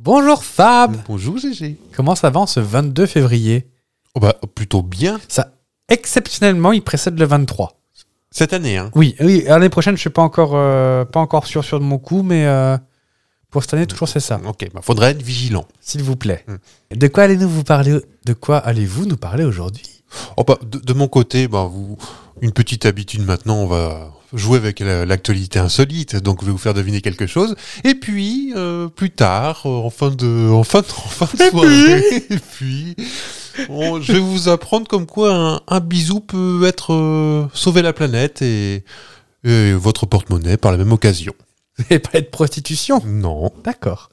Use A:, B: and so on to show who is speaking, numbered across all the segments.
A: Bonjour Fab
B: Ah, Bonjour GG.
A: Comment ça va en ce 22 février
B: Oh bah plutôt bien
A: Ça, exceptionnellement, il précède le 23.
B: cette année hein.
A: Oui, oui l'année prochaine, je suis pas encore, euh, pas encore sûr, sûr de mon coup, mais euh, pour cette année, toujours c'est ça.
B: Ok, bah faudrait être vigilant.
A: S'il vous plaît. De quoi allez-nous vous parler De quoi allez-vous nous parler aujourd'hui
B: Oh bah de, de mon côté, bah vous une petite habitude maintenant, on va jouer avec la- l'actualité insolite, donc je vais vous faire deviner quelque chose. Et puis euh, plus tard, euh, en fin de en fin de, en fin de soirée, et puis on- je vais vous apprendre comme quoi un, un bisou peut être euh, sauver la planète et, et votre porte-monnaie par la même occasion.
A: Vous n'allez pas être prostitution
B: Non,
A: D'accord.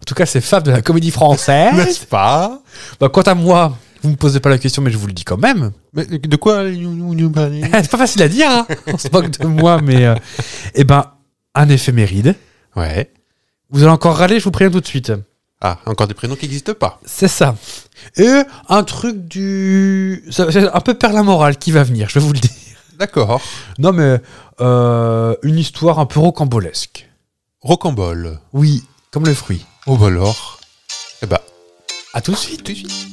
A: En tout cas, c'est Fab de la comédie française.
B: n'est-ce pas
A: bah, quant à moi, vous me posez pas la question, mais je vous le dis quand même.
B: Mais de quoi allons-nous nous parler
A: c'est pas facile à dire, hein. on se moque de moi, mais... euh, eh ben, un éphéméride.
B: Ouais.
A: Vous allez encore râler, je vous préviens tout de suite.
B: Ah, encore des prénoms qui n'existent pas.
A: C'est ça. Et un truc du... ça- C'est un peu perdre la morale qui va venir, je vais vous le dire.
B: D'accord.
A: Non, mais euh, une histoire un peu rocambolesque.
B: Rocambole.
A: Oui, comme le fruit.
B: Oh bah alors. Eh bah,
A: À tout de suite.
B: tout de suite.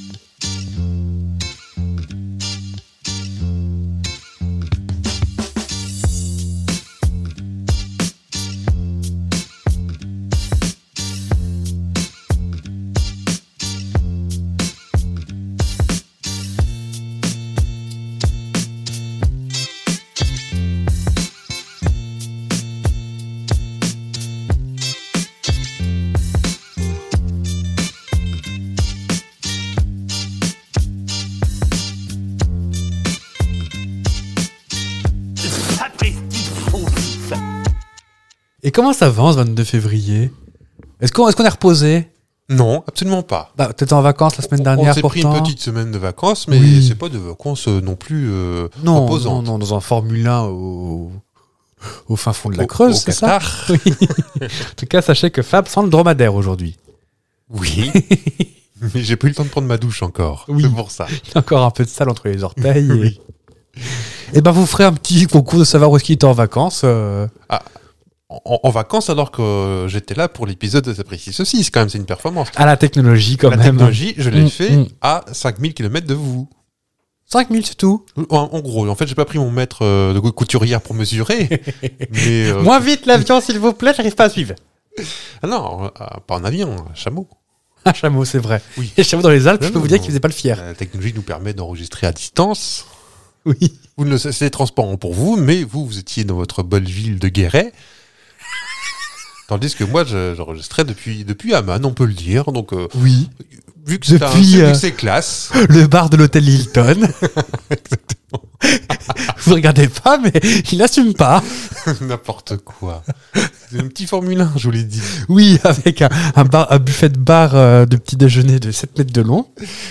A: Et comment ça va en ce 22 février Est-ce qu'on est, qu'on est reposé
B: Non, absolument pas.
A: bah, Peut-être en vacances la semaine
B: on
A: dernière
B: s'est pris
A: pourtant.
B: une petite semaine de vacances, mais
A: Oui.
B: c'est pas de vacances euh, non plus euh,
A: non, non,
B: reposantes.
A: non, dans un Formule 1 au, au fin fond de la
B: Au-
A: Creuse,
B: au
A: c'est ça Oui. En tout cas, sachez que Fab sent le dromadaire aujourd'hui.
B: Oui. mais j'ai pas eu le temps de prendre ma douche encore.
A: Oui.
B: C'est pour ça.
A: Il a encore un peu de sale entre les orteils.
B: Oui.
A: Et, et ben vous ferez un petit concours de savoir où est-ce qu'il était en vacances. euh.
B: En, en vacances, alors que euh, j'étais là pour l'épisode de Sapristi Saucisse, quand même, c'est une performance.
A: à la technologie quand
B: La
A: même.
B: technologie, je l'ai
A: Mm,
B: fait
A: mm.
B: à 5000 km de vous.
A: 5000 c'est tout.
B: En, en gros, en fait, j'ai pas pris mon mètre euh, de couturière pour mesurer. mais euh,
A: Moins vite l'avion s'il vous plaît, j'arrive pas à suivre.
B: Ah non, euh, pas en avion, un chameau.
A: Un chameau, c'est vrai.
B: Oui.
A: Les chameaux dans les Alpes, je peux
B: Non,
A: vous dire
B: non.
A: qu'ils faisaient pas le fier.
B: La technologie nous permet d'enregistrer à distance.
A: Oui.
B: Vous ne le savez, c'est transparent pour vous, mais vous, vous étiez dans votre bonne ville de Guéret. Tandis que moi, je- j'enregistrais depuis, depuis Amman, on peut le dire. Donc, euh,
A: Oui.
B: vu que c'est un-
A: Depuis,
B: vu
A: euh,
B: que c'est classe,
A: Le bar de l'hôtel Hilton. vous regardez pas, mais il assume pas.
B: n'importe quoi. C'est un petit Formule 1, je vous l'ai dit.
A: Oui, avec un, un bar, un buffet de bar euh, de petit déjeuner de 7 mètres de long.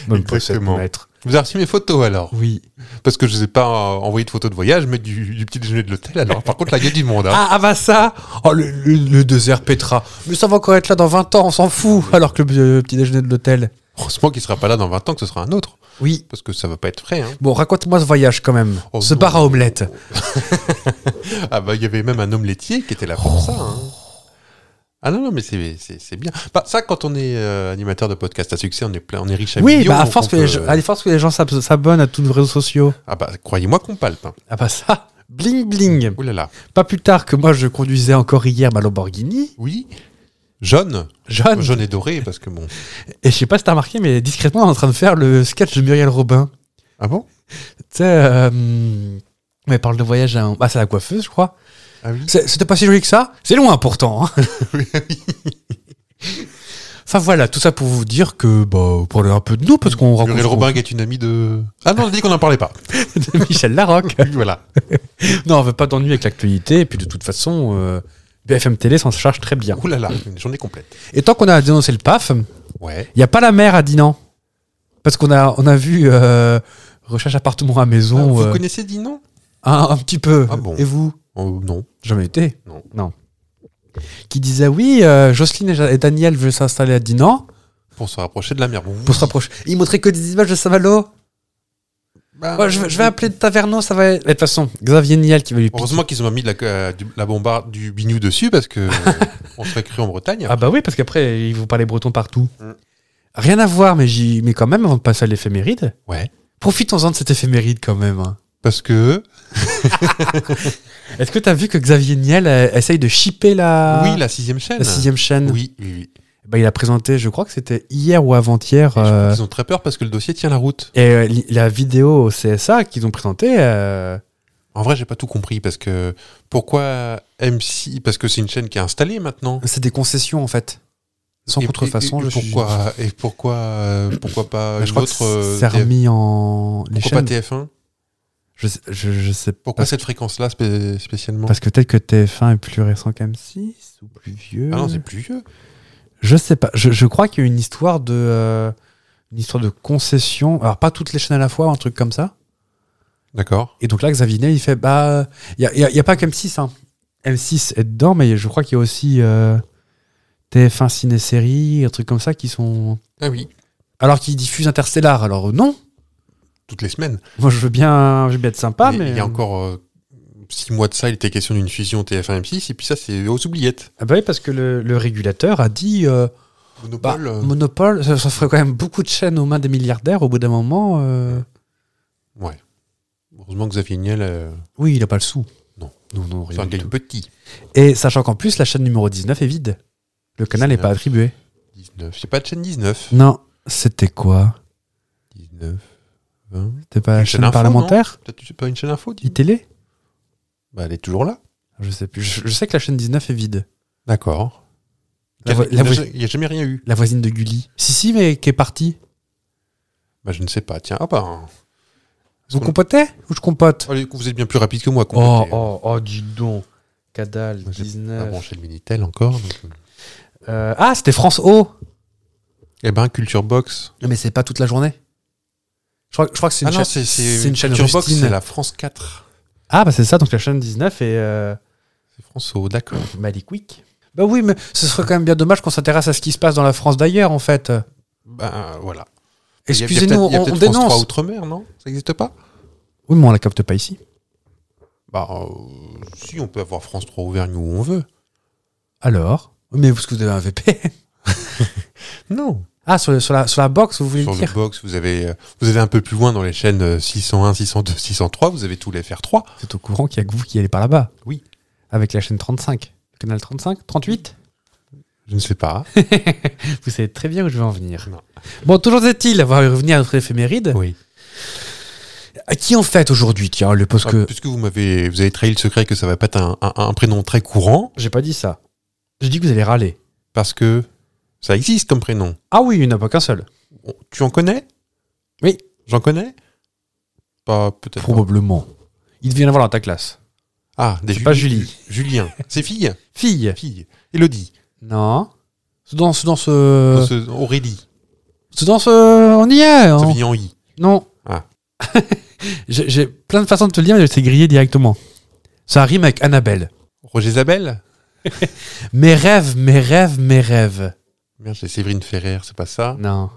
A: Même pas 7
B: Exactement.
A: mètres.
B: Vous avez reçu mes photos alors
A: Oui.
B: Parce que je ne vous ai pas euh, envoyé de photos de voyage, mais du, du petit déjeuner de l'hôtel. Alors, par contre, la gueule du monde. hein.
A: Ah, ah bah ça oh, le, le- le désert pétra. Mais ça va encore être là dans 20 ans, on s'en fout. Alors que le euh, petit déjeuner de l'hôtel.
B: Heureusement qu'il ne sera pas là dans 20 ans, que ce sera un autre.
A: Oui.
B: Parce que ça ne va pas être frais. Hein.
A: Bon, raconte-moi ce voyage quand même.
B: Oh
A: ce
B: non.
A: bar à omelette.
B: Ah bah il y avait même un homme laitier qui était là pour ça. hein. Ah non, non, mais c'est, c'est, c'est bien. Bah, ça, quand on est euh, animateur de podcast à succès, on est, plein, on est riche à
A: Oui,
B: millions,
A: bah à
B: donc
A: force,
B: on
A: que les
B: peut-
A: gens, à force que les gens s'ab- s'abonnent à tous nos réseaux sociaux.
B: Ah bah croyez-moi qu'on palpe. hein.
A: Ah bah ça Bling bling
B: Ouh là là.
A: Pas plus tard que moi, je conduisais encore hier ma Lamborghini.
B: Oui, jaune.
A: Jeanne.
B: Jaune et doré, parce que bon...
A: Et je sais pas si t'as remarqué, mais discrètement, on est en train de faire le sketch de Muriel Robin.
B: Ah bon
A: Tu sais, euh, hum, mais elle parle de voyage à... Bah, c'est la coiffeuse, je crois.
B: Ah oui.
A: C'est- C'était pas si joli que ça C'est loin, pourtant. hein. enfin, voilà, tout ça pour vous dire que, bah, vous parlez un peu de nous, parce qu'on rencontre...
B: Muriel Robin qui est une amie de... Ah non, on a dit qu'on n'en parlait pas.
A: de Michel Larocque.
B: Oui, voilà.
A: non, on veut pas d'ennui avec l'actualité, et puis de toute façon... euh, BFM Télé s'en charge très bien.
B: Ouh là là, une journée complète.
A: Et tant qu'on a dénoncé le PAF,
B: Ouais.
A: Il n'y a pas la mère à Dinan. Parce qu'on a, on a vu euh, Recherche appartement à
B: Ah,
A: maison
B: vous
A: euh,
B: connaissez Dinan
A: un, un petit peu.
B: Ah bon
A: Et vous
B: oh, Non.
A: Jamais été
B: Non.
A: Qui disait oui, euh, Jocelyne et Ja- et Daniel veulent s'installer à Dinan
B: Pour se rapprocher de la mer. Bon,
A: pour se rapprocher. Ils montraient que des images de Savalo.
B: Bah,
A: Ouais, je, vais- je vais appeler Taverneau, ça va être. De toute façon, Xavier Niel qui va lui piquer.
B: Heureusement qu'ils ont mis de la, euh, du- la bombarde du bignou dessus parce que euh, on serait cru en Bretagne.
A: Ah bah oui, parce qu'après, ils vont parler breton partout.
B: Mm.
A: Rien à voir, mais, j'y... mais quand même, avant de passer à l'éphéméride,
B: Ouais.
A: profitons-en de cette éphéméride quand même. hein.
B: Parce que
A: Est-ce que t'as vu que Xavier Niel euh, essaye de shipper la,
B: oui, la sixième chaîne.
A: Ah. la sixième chaîne
B: Oui, oui, oui.
A: Bah, Il a présenté, je crois que c'était hier ou avant-hier,
B: Et je
A: euh,
B: crois qu'ils ont très peur parce que le dossier tient la route.
A: et euh, li- la vidéo au CSA qu'ils ont présentée. euh,
B: En vrai, j'ai pas tout compris parce que pourquoi MC Parce que c'est une chaîne qui est installée maintenant.
A: C'est des concessions en fait. Sans
B: Et-
A: contrefaçon,
B: et- et
A: je suis-
B: pourquoi et pourquoi euh, pourquoi pas
A: Bah,
B: une
A: je crois
B: autre
A: que
B: euh,
A: c'est
B: TF1?
A: remis en. Les
B: pourquoi
A: chaînes.
B: pas TF1
A: Je, sais- je, je sais pas.
B: Pourquoi cette fréquence là spécialement
A: Parce que peut-être que TF1 est plus récent qu'M6 ou plus vieux.
B: Ah non, c'est plus vieux.
A: Je sais pas. Je, je crois qu'il y a eu une histoire de euh, une histoire de concession. Alors pas toutes les chaînes à la fois, un truc comme ça.
B: D'accord.
A: Et donc là, Xavier Niel, il fait bah, il y a, il y a- il y a pas qu'M6. Hein. M6 est dedans, mais je crois qu'il y a aussi euh, TF1 ciné-série, un truc comme ça qui sont.
B: Ah oui.
A: Alors qu'ils diffusent Interstellar. Alors euh, non.
B: Toutes les semaines.
A: Moi, je veux bien, je veux bien être sympa,
B: Mais
A: mais,
B: il y a encore euh, six mois de ça, il était question d'une fusion TF1-M6, et puis ça, c'est aux oubliettes.
A: Ah bah oui, parce que le, le régulateur a dit. euh, Bah,
B: Monopole. euh,
A: monopole, ça, ça ferait quand même beaucoup de chaînes aux mains des milliardaires au bout d'un moment. euh,
B: Ouais. Heureusement que Xavier Niel, euh,
A: Oui, il n'a pas le sou.
B: Non.
A: non, non, rien
B: c'est un
A: du
B: gars
A: tout.
B: petit.
A: Et sachant qu'en plus, la chaîne numéro 19 est vide. Le canal n'est pas attribué.
B: 19. C'est pas de chaîne 19.
A: Non, c'était quoi
B: 19, 20.
A: C'était pas la
B: Une
A: chaîne,
B: chaîne info,
A: parlementaire
B: Peut-être que c'est pas une chaîne info, dis-
A: ITélé
B: Bah, elle est toujours là.
A: Je sais plus. Je, je sais que la chaîne 19 est vide.
B: D'accord.
A: La
B: Il
A: vo- la
B: n'y a,
A: vo-
B: il y a jamais rien eu.
A: La voisine de Gulli. Si, si, mais qui est partie.
B: Bah, je ne sais pas. Tiens, ah bah.
A: Vous
B: qu'on-
A: compotez ou je compote
B: allez, vous êtes bien plus rapide que moi.
A: Oh,
B: comptez.
A: oh, oh, dis donc. Cadal,
B: Moi, j'ai pas
A: 19. Euh, Ah,
B: Ah, bon, chez le Minitel encore. donc, euh.
A: c'était France O
B: Eh ben, Culture Box.
A: Mais c'est pas toute la journée. Je crois, je crois que c'est
B: Ah
A: une,
B: non,
A: chaîne-
B: c'est- c'est
A: c'est une chaîne
B: Culture Box,
A: Justine.
B: c'est la France 4.
A: Ah bah c'est ça, donc la chaîne 19 et euh,
B: C'est François, d'accord.
A: Malik Week. Bah oui, mais ce serait quand même bien dommage qu'on s'intéresse à ce qui se passe dans la France d'ailleurs en fait.
B: Ben, voilà. Il y a- il y a
A: Excusez-nous,
B: peut-être- il y a
A: on, on
B: peut-être France
A: dénonce.
B: 3 Outre-mer, non Ça n'existe pas
A: Oui, mais on la capte pas ici.
B: Bah, euh, si, on peut avoir France 3 Auvergne où on veut.
A: Alors Mais parce que vous avez un VPN.
B: Non.
A: Ah, sur, le- sur la, sur la box, vous voulez
B: Sur
A: me
B: le
A: dire
B: box, vous avez, euh, vous allez un peu plus loin dans les chaînes euh, 601, 602, 603, vous avez tous les FR3.
A: Vous êtes au courant qu'il y a que vous qui allez par là-bas
B: Oui.
A: Avec la chaîne 35. Le canal 35 38
B: Je ne sais pas.
A: Vous savez très bien où je vais en venir.
B: Non.
A: Bon, toujours est-il, on va revenir à notre éphéméride.
B: oui.
A: À qui en fait aujourd'hui Tiens, le poste que.
B: Ah, Puisque vous m'avez, vous avez trahi le secret que ça va pas être un, un- un prénom très courant,
A: J'ai pas dit ça. J'ai dit que vous allez râler.
B: parce que ça existe comme prénom.
A: Ah oui, il n'y en a pas qu'un seul.
B: On- Tu en connais
A: Oui.
B: J'en connais Pas peut-être. pas.
A: Probablement. Il devait y en avoir dans ta classe.
B: Ah, des
A: C'est pas
B: Julien. C'est fille
A: Fille.
B: Fille. Elodie.
A: Non. C'est dans, c'est dans ce.
B: Aurélie.
A: C'est dans ce. On y est.
B: Ça
A: on-
B: finit en I.
A: hein. Non.
B: Ah.
A: J'ai j'ai plein de façons de te le dire, mais c'est grillé directement. Ça rime avec Annabelle.
B: Roger Isabelle
A: Mes rêves, mes rêves, mes rêves.
B: Merde, c'est Séverine Ferrer, c'est pas ça
A: Non.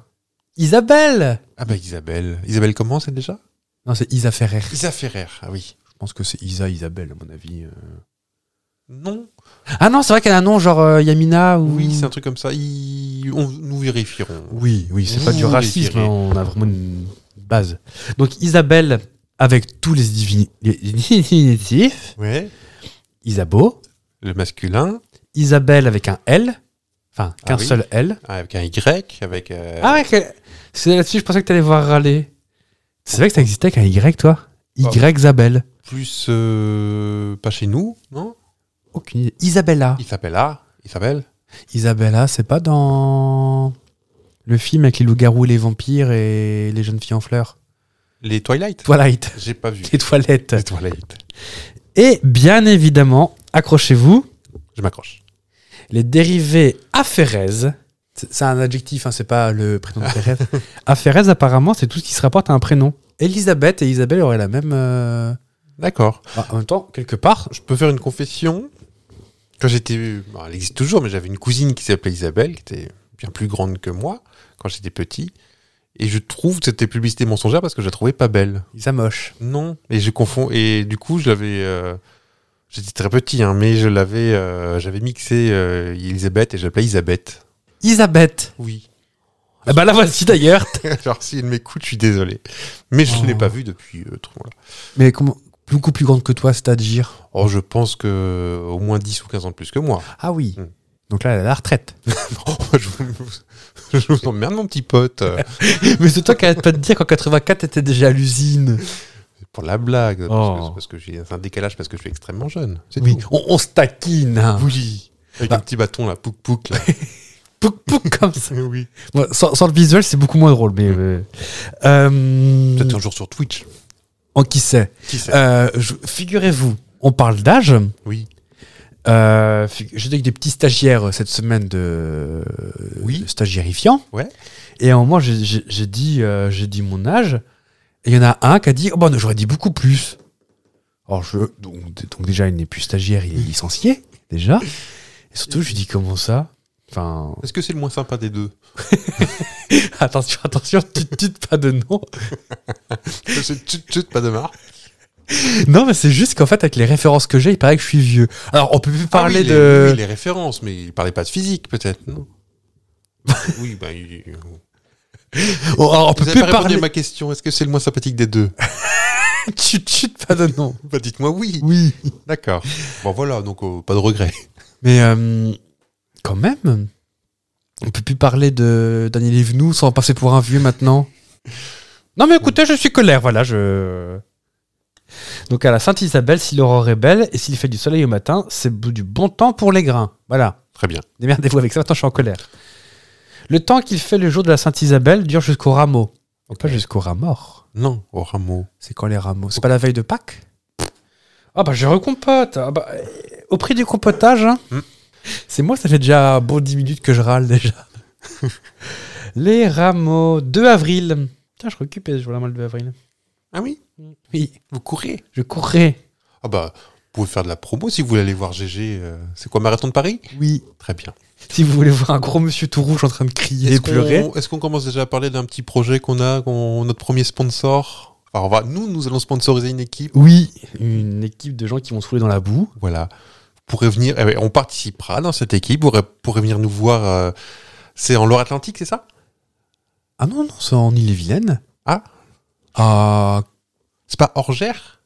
A: Isabelle
B: Ah bah Isabelle. Isabelle comment c'est déjà
A: Non, c'est Isa Ferrer.
B: Isa Ferrer, ah oui.
A: Je pense que c'est Isa Isabelle, à mon avis. euh.
B: Non
A: Ah non, c'est vrai qu'elle a un nom genre euh, Yamina ou.
B: Oui, c'est un truc comme ça. Il- on- Nous vérifierons.
A: Oui, oui, c'est pas
B: Vous
A: du
B: les
A: racisme, hein,
B: direz.
A: on a vraiment une base. Donc Isabelle, avec tous les divi- les diminutifs,
B: Ouais.
A: Isabeau,
B: Le masculin,
A: Isabelle avec un L, enfin
B: Ah
A: qu'un
B: oui.
A: seul L.
B: avec un Y, avec... euh,
A: Ah ouais, que- c'est là-dessus, je pensais que t'allais voir râler. C'est vrai que ça existait avec un Y, toi Y, Isabelle.
B: Plus... euh, pas chez nous, non
A: Aucune idée. Isabella.
B: Il s'appelle A. Il s'appelle
A: Isabella, c'est pas dans le film avec les loups-garous, les vampires et les jeunes filles en fleurs.
B: Les Twilight
A: Twilight,
B: J'ai pas vu.
A: les toilettes.
B: Les Twilight.
A: Et bien évidemment, accrochez-vous,
B: Je m'accroche.
A: les dérivés aphérèses. C'est c'est un adjectif, hein, c'est pas le prénom de Thérèse. aphérèse, apparemment, c'est tout ce qui se rapporte à un prénom. Elisabeth et Isabelle auraient la même. euh,
B: D'accord.
A: bah, en même temps, quelque part.
B: Je peux faire une confession Quand j'étais... bon, elle existe toujours, mais j'avais une cousine qui s'appelait Isabelle, qui était bien plus grande que moi, quand j'étais petit. Et je trouve que c'était publicité mensongère parce que je la trouvais pas belle.
A: Ils amochent.
B: Non. Et je confonds. Et du coup, je l'avais. euh, J'étais très petit, hein, mais je l'avais. euh, J'avais mixé euh, Elisabeth et je l'appelais Isabeth.
A: Isabeth.
B: Oui.
A: Eh ben la voici d'ailleurs.
B: Alors, si elle m'écoute, je suis désolé. Mais je ne l'ai
A: Oh.
B: pas vue depuis euh, trop longtemps.
A: Mais comment Beaucoup plus grande que toi, c'est-à-dire
B: Oh, je pense que euh, au moins 10 ou 15 ans de plus que moi.
A: Ah oui.
B: Mm.
A: Donc là, elle a la retraite.
B: Oh, je, vous, je vous emmerde, mon petit pote. euh,
A: Mais c'est toi qui arrête pas de dire qu'en 84, t'étais déjà à l'usine.
B: Pour la blague. Parce que,
A: Oh.
B: c'est parce que j'ai c'est un décalage parce que je suis extrêmement jeune. C'est
A: Oui,
B: tout.
A: on, on se taquine. hein.
B: Oui. Avec
A: Bah.
B: un petit bâton, là, pouc pouc. Là.
A: Pouc, pouc, comme ça.
B: oui.
A: Bon, sans, sans le visuel, c'est beaucoup moins drôle. Mais, mais- Euh,
B: Peut-être un jour sur Twitch.
A: en qui sait
B: Qui sait
A: Euh, je- Figurez-vous, on parle d'âge.
B: Oui.
A: Euh, fi- J'étais avec des petits stagiaires euh, cette semaine de, euh,
B: Oui.
A: de stagiairifiants.
B: Ouais.
A: Et à un moment, j'ai- j'ai j'ai dit, euh, j'ai dit mon âge. Et il y en a un qui a dit Oh, bah, non, j'aurais dit beaucoup plus. Alors, je, donc, d- donc déjà, il n'est plus stagiaire, il est licencié, déjà. Et surtout, je lui dis Comment ça Enfin,
B: Est-ce que c'est le moins sympa des deux
A: attention, attention, tu ne dites pas de nom.
B: C'est tchut tchut, pas de marre.
A: Non, mais c'est juste qu'en fait, avec les références que j'ai, il paraît que je suis vieux. Alors, on peut plus parler
B: Ah oui, les-
A: de.
B: oui, Les, références, mais il parlait pas de physique, peut-être, non Oui, bah. il-
A: Oh, alors, on peut
B: Vous
A: plus
B: avez pas répondu
A: parler.
B: à ma question. Est-ce que c'est le moins sympathique des deux
A: Tu chutes pas de nom.
B: Bah, dites-moi oui.
A: Oui.
B: D'accord. Bon, voilà, donc euh, pas de regret.
A: Mais euh, quand même, on peut plus parler de Daniel Evenou sans passer pour un vieux maintenant. Non, mais écoutez, je suis colère, voilà, je. Donc à la Sainte-Isabelle, si l'aurore est belle et s'il fait du soleil au matin, c'est du bon temps pour les grains. Voilà.
B: Très bien.
A: Démerdez-vous avec ça, maintenant je suis en colère. Le temps qu'il fait le jour de la Sainte-Isabelle dure jusqu'au rameau. Pas jusqu'au ramor.
B: Non, au rameau.
A: C'est quand les rameaux C'est pas la veille de Pâques Ah bah je recompote Ah bah, euh, Au prix du compotage, hein.
B: Hmm.
A: c'est moi, ça fait déjà un bon 10 minutes que je râle déjà. les rameaux, 2 avril. Tiens, je récupère ce jour-là, moi, le 2 avril.
B: Ah oui
A: Oui,
B: Vous courez
A: je courrai.
B: Ah bah, vous pouvez faire de la promo si vous voulez aller voir GG. euh, c'est quoi, Marathon de Paris
A: Oui.
B: Très bien.
A: Si vous voulez voir un gros monsieur tout rouge en train de crier et
B: Est-ce qu'on-
A: pleurer,
B: Est-ce qu'on commence déjà à parler d'un petit projet qu'on a, qu'on- notre premier sponsor Enfin, on va, nous, nous allons sponsoriser une équipe.
A: oui, une équipe de gens qui vont se rouler dans la boue.
B: Voilà. Vous pourrez venir, eh ben, on participera dans cette équipe. Vous pourrez- pourrez venir nous voir. euh, c'est en Loire-Atlantique, c'est ça
A: Ah non, non, c'est en Ille-et-Vilaine.
B: Ah.
A: Ah,
B: C'est pas Orgère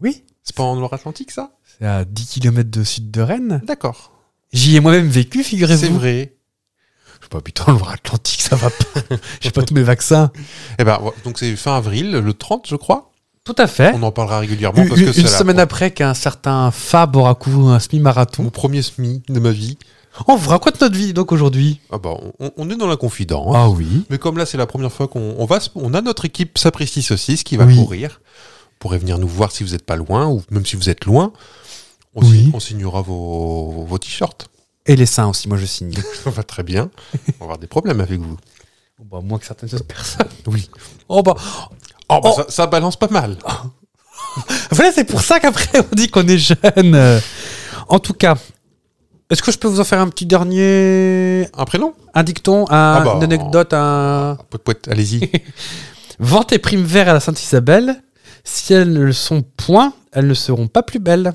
A: oui,
B: C'est pas en Loire-Atlantique, ça
A: c'est à 10 km de sud de Rennes.
B: D'accord.
A: J'y ai moi-même vécu,
B: C'est
A: figurez-vous.
B: vrai.
A: Je sais pas, putain, le Atlantique, ça va pas. J'ai pas tous mes vaccins.
B: Eh ben, ouais, donc c'est fin avril, le 30, je crois.
A: Tout à fait.
B: On en parlera régulièrement
A: Une,
B: parce que
A: une
B: c'est la-
A: semaine après qu'un certain Fab aura couru un
B: mon
A: semi-marathon.
B: premier SMI de ma vie.
A: On vous raconte notre vie donc aujourd'hui.
B: Ah bah, on, on est dans hein. la confidence.
A: Ah oui.
B: Mais comme là, c'est la première fois qu'on on va, se- on a notre équipe Sapristi Saucisse qui va
A: Oui.
B: courir. Vous pourrez venir nous voir si vous n'êtes pas loin ou même si vous êtes loin. On,
A: Oui.
B: signe- on signera vos, vos t-shirts.
A: Et les seins aussi, moi je signe.
B: Ça va très bien. on va avoir des problèmes avec vous.
A: Bon, bah, moins que certaines autres personnes.
B: Oui.
A: Oh bah,
B: Oh, bah,
A: Oh.
B: Ça, ça balance pas mal.
A: voilà, c'est pour ça qu'après on dit qu'on est jeune. Euh, En tout cas, est-ce que je peux vous en faire un petit dernier
B: Un prénom
A: Un dicton, un-
B: bah,
A: une anecdote, un.
B: Pouet, pouet, Allez-y.
A: Vente et primes verts à la Sainte-Isabelle. Si elles ne le sont point, elles ne seront pas plus belles.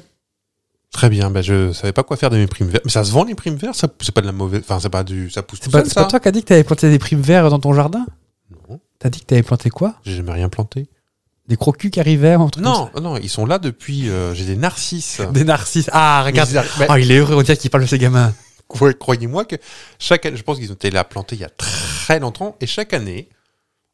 B: très bien. Bah, je savais pas quoi faire de mes primes vertes. Mais ça se vend les primes vertes ça- C'est pas de la mauvaise. Enfin, c'est pas du. Ça pousse
A: C'est
B: tout
A: pas,
B: seul,
A: c'est pas
B: ça.
A: toi qui as dit que t'avais planté des primes verts dans ton jardin
B: Non,
A: T'as dit que t'avais planté quoi
B: j'ai jamais rien planté.
A: Des crocus qui arrivaient un truc comme
B: Non, non, ils sont là depuis. euh, j'ai des narcisses.
A: ça Des narcisses. Ah, regarde.
B: Ils a- bah,
A: Oh, il est heureux, on dirait qu'il parle de ses gamins.
B: Ouais, croyez-moi que chaque année, je pense qu'ils ont été là plantés il y a très longtemps, et chaque année,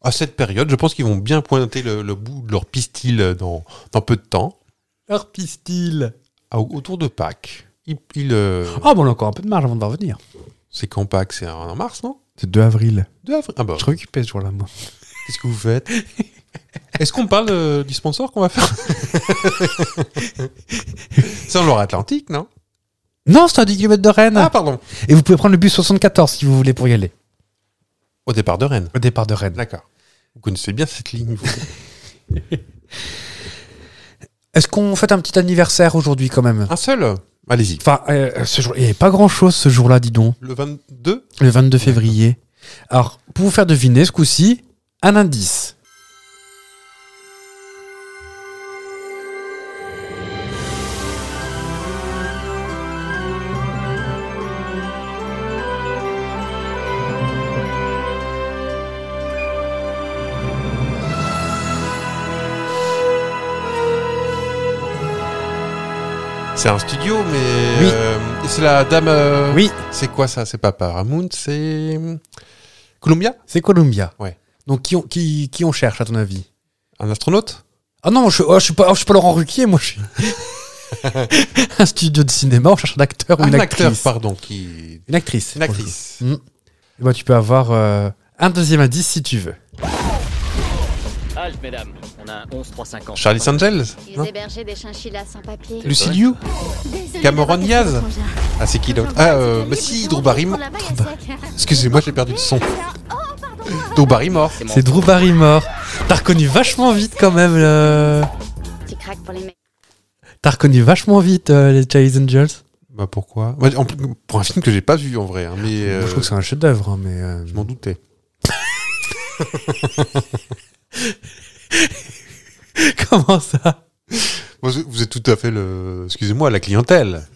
B: à cette période, je pense qu'ils vont bien pointer le, le bout de leur pistil dans, dans peu de temps,
A: Leur pistil.
B: à- autour de Pâques. Ils, ils, euh,
A: Oh, bon, on a encore un peu de marge avant de revenir.
B: c'est quand Pâques C'est en en mars, non
A: C'est 2 avril.
B: 2 avril Ah bah,
A: Je récupère ce jour-là, moi.
B: qu'est-ce que vous faites Est-ce qu'on parle euh, du sponsor qu'on va faire C'est en Loire-Atlantique, non
A: Non, c'est à 10 km de Rennes.
B: Ah, pardon
A: Et vous pouvez prendre le bus 74 si vous voulez pour y aller.
B: Au départ de Rennes.
A: Au départ de Rennes.
B: D'accord. Vous connaissez bien cette ligne. vous.
A: Est-ce qu'on fête un petit anniversaire aujourd'hui, quand même
B: Un seul Allez-y.
A: Enfin, euh, ce jour, il n'y avait pas grand-chose ce jour-là, dis donc.
B: Le 22
A: Le 22 février. Alors, pour vous faire deviner, ce coup-ci, un indice.
B: C'est un studio, mais
A: Oui.
B: euh, c'est la dame. euh,
A: Oui,
B: C'est quoi ça C'est pas Paramount, c'est euh, Columbia,
A: c'est Columbia.
B: Ouais.
A: Donc qui on, qui, qui on cherche à ton avis
B: un astronaute.
A: Ah non, je, oh, je suis pas, oh, je suis pas Laurent Ruquier, moi je suis... un studio de cinéma, on cherche un acteur ou
B: un
A: une
B: acteur,
A: actrice.
B: pardon, qui
A: Une actrice.
B: une actrice.
A: Eh ben, tu peux avoir euh, un deuxième indice si tu veux.
C: Âge, mesdames. On a un 11
A: Mm.
C: 350.
B: Charlie Angels.
D: Ils
B: Non
D: hébergeaient des chinchillas sans papier.
B: Lucy Liu. Cameron Diaz. Ah c'est qui d'autre Ah euh, mais si Drew Barrymore. Oh, Excusez-moi, j'ai perdu le son. Drew Barrymore.
C: C'est
A: C'est Drew Barrymore. T'as reconnu vachement vite quand même. euh,
D: Petit crack pour les mecs.
A: T'as reconnu vachement vite euh, les Charlie's Angels.
B: Bah pourquoi Bah, en plus, Pour un film que j'ai pas vu en vrai, hein, mais euh,
A: Je trouve que c'est un chef-d'œuvre, hein, mais. euh,
B: je m'en doutais.
A: Comment ça
B: Moi, je- Vous êtes tout à fait le, excusez-moi, la clientèle.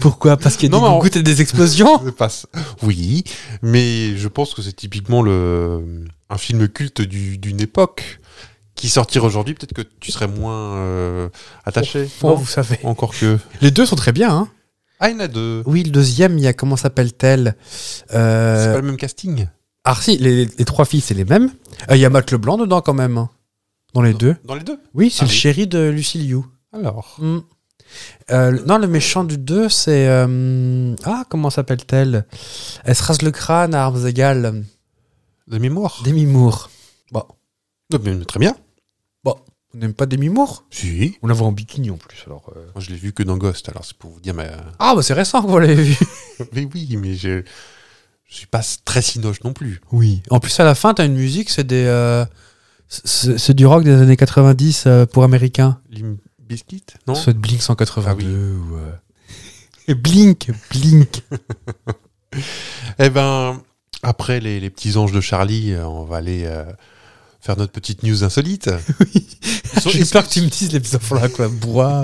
A: Pourquoi Parce qu'il y a
B: Non,
A: des
B: mais on-
A: gouttes et des explosions
B: Je passe. Oui, mais je pense que c'est typiquement le un film culte du- d'une époque qui sortir aujourd'hui. Peut-être que tu serais moins euh, attaché.
A: Bon, vous savez.
B: Encore que.
A: Les deux sont très bien, hein
B: Ah, il y en a deux.
A: Oui, le deuxième, il y a comment s'appelle-t-elle
B: C'est pas
A: euh...
B: le même casting.
A: Ah si, les, les trois filles, c'est les mêmes. Euh, Il y a Matt Leblanc dedans quand même. hein, Dans les deux.
B: Dans les deux.
A: Oui, c'est
B: Ah
A: le
B: oui.
A: chéri de Lucy Liu.
B: Alors.
A: Hmm. Euh, le- non, le méchant du 2, c'est. euh, ah, comment s'appelle-t-elle Elle se rase le crâne à armes égales.
B: De mémoire.
A: Demi Moore. Bon,
B: Non, mais très bien.
A: on n'aime pas Demi Moore
B: Si.
A: On la voit en bikini en plus. Alors, euh.
B: Moi, je l'ai vu que dans Ghost. Alors, c'est pour vous dire ma.
A: Ah, bah c'est récent que vous l'avez vu.
B: Mais oui, mais je. Je suis pas très sinoche non plus.
A: Oui. En plus, à la fin, t'as une musique, c'est des. euh, c'est c'est du rock des années 90 euh, pour américains.
B: Lim Biscuit Non
A: Soit de Blink 182
B: Ah oui.
A: ou. euh, et Blink, Blink.
B: Eh ben, après les, les petits anges de Charlie, euh, on va aller euh, faire notre petite news insolite. Ils sont- Bah,
A: J'ai peur que tu me dises les enfants là, quoi. Bois.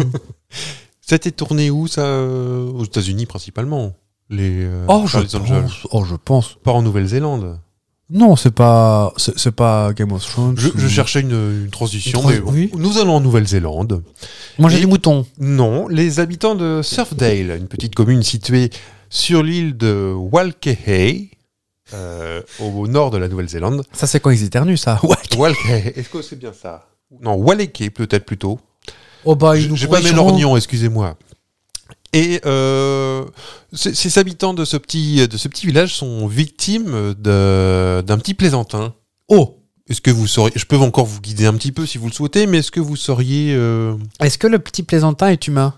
B: C'était tourné où ça euh, Aux États-Unis principalement. Les euh,
A: oh, je
B: Charlie's Angels.
A: pense. Oh, je pense.
B: Pas en Nouvelle-Zélande.
A: Non, c'est pas, c'est c'est pas Game of Thrones.
B: Je,
A: ou-
B: je cherchais une, une transition,
A: Hmm. Une trans-
B: mais
A: oui.
B: bon. nous allons en Nouvelle-Zélande.
A: Manger
B: Et-
A: des moutons.
B: Non, les habitants de Surfdale, une petite commune située sur l'île de Walkehei, euh, au nord de la Nouvelle-Zélande,
A: Ça, c'est quand ils éternuent, ça. Ouais.
B: Walkay, est-ce que c'est bien ça Non, Waleke peut-être plutôt.
A: Oh bah, ils
B: J'ai
A: nous
B: j'ai pas
A: pourrissent
B: mis l'orgnon, excusez-moi. Et euh, ces ces habitants de ce petit de ce petit village sont victimes de- d'un petit plaisantin. Oh, est-ce que vous sauriez Je peux encore vous guider un petit peu si vous le souhaitez, mais est-ce que vous sauriez euh,
A: Est-ce que le petit plaisantin est humain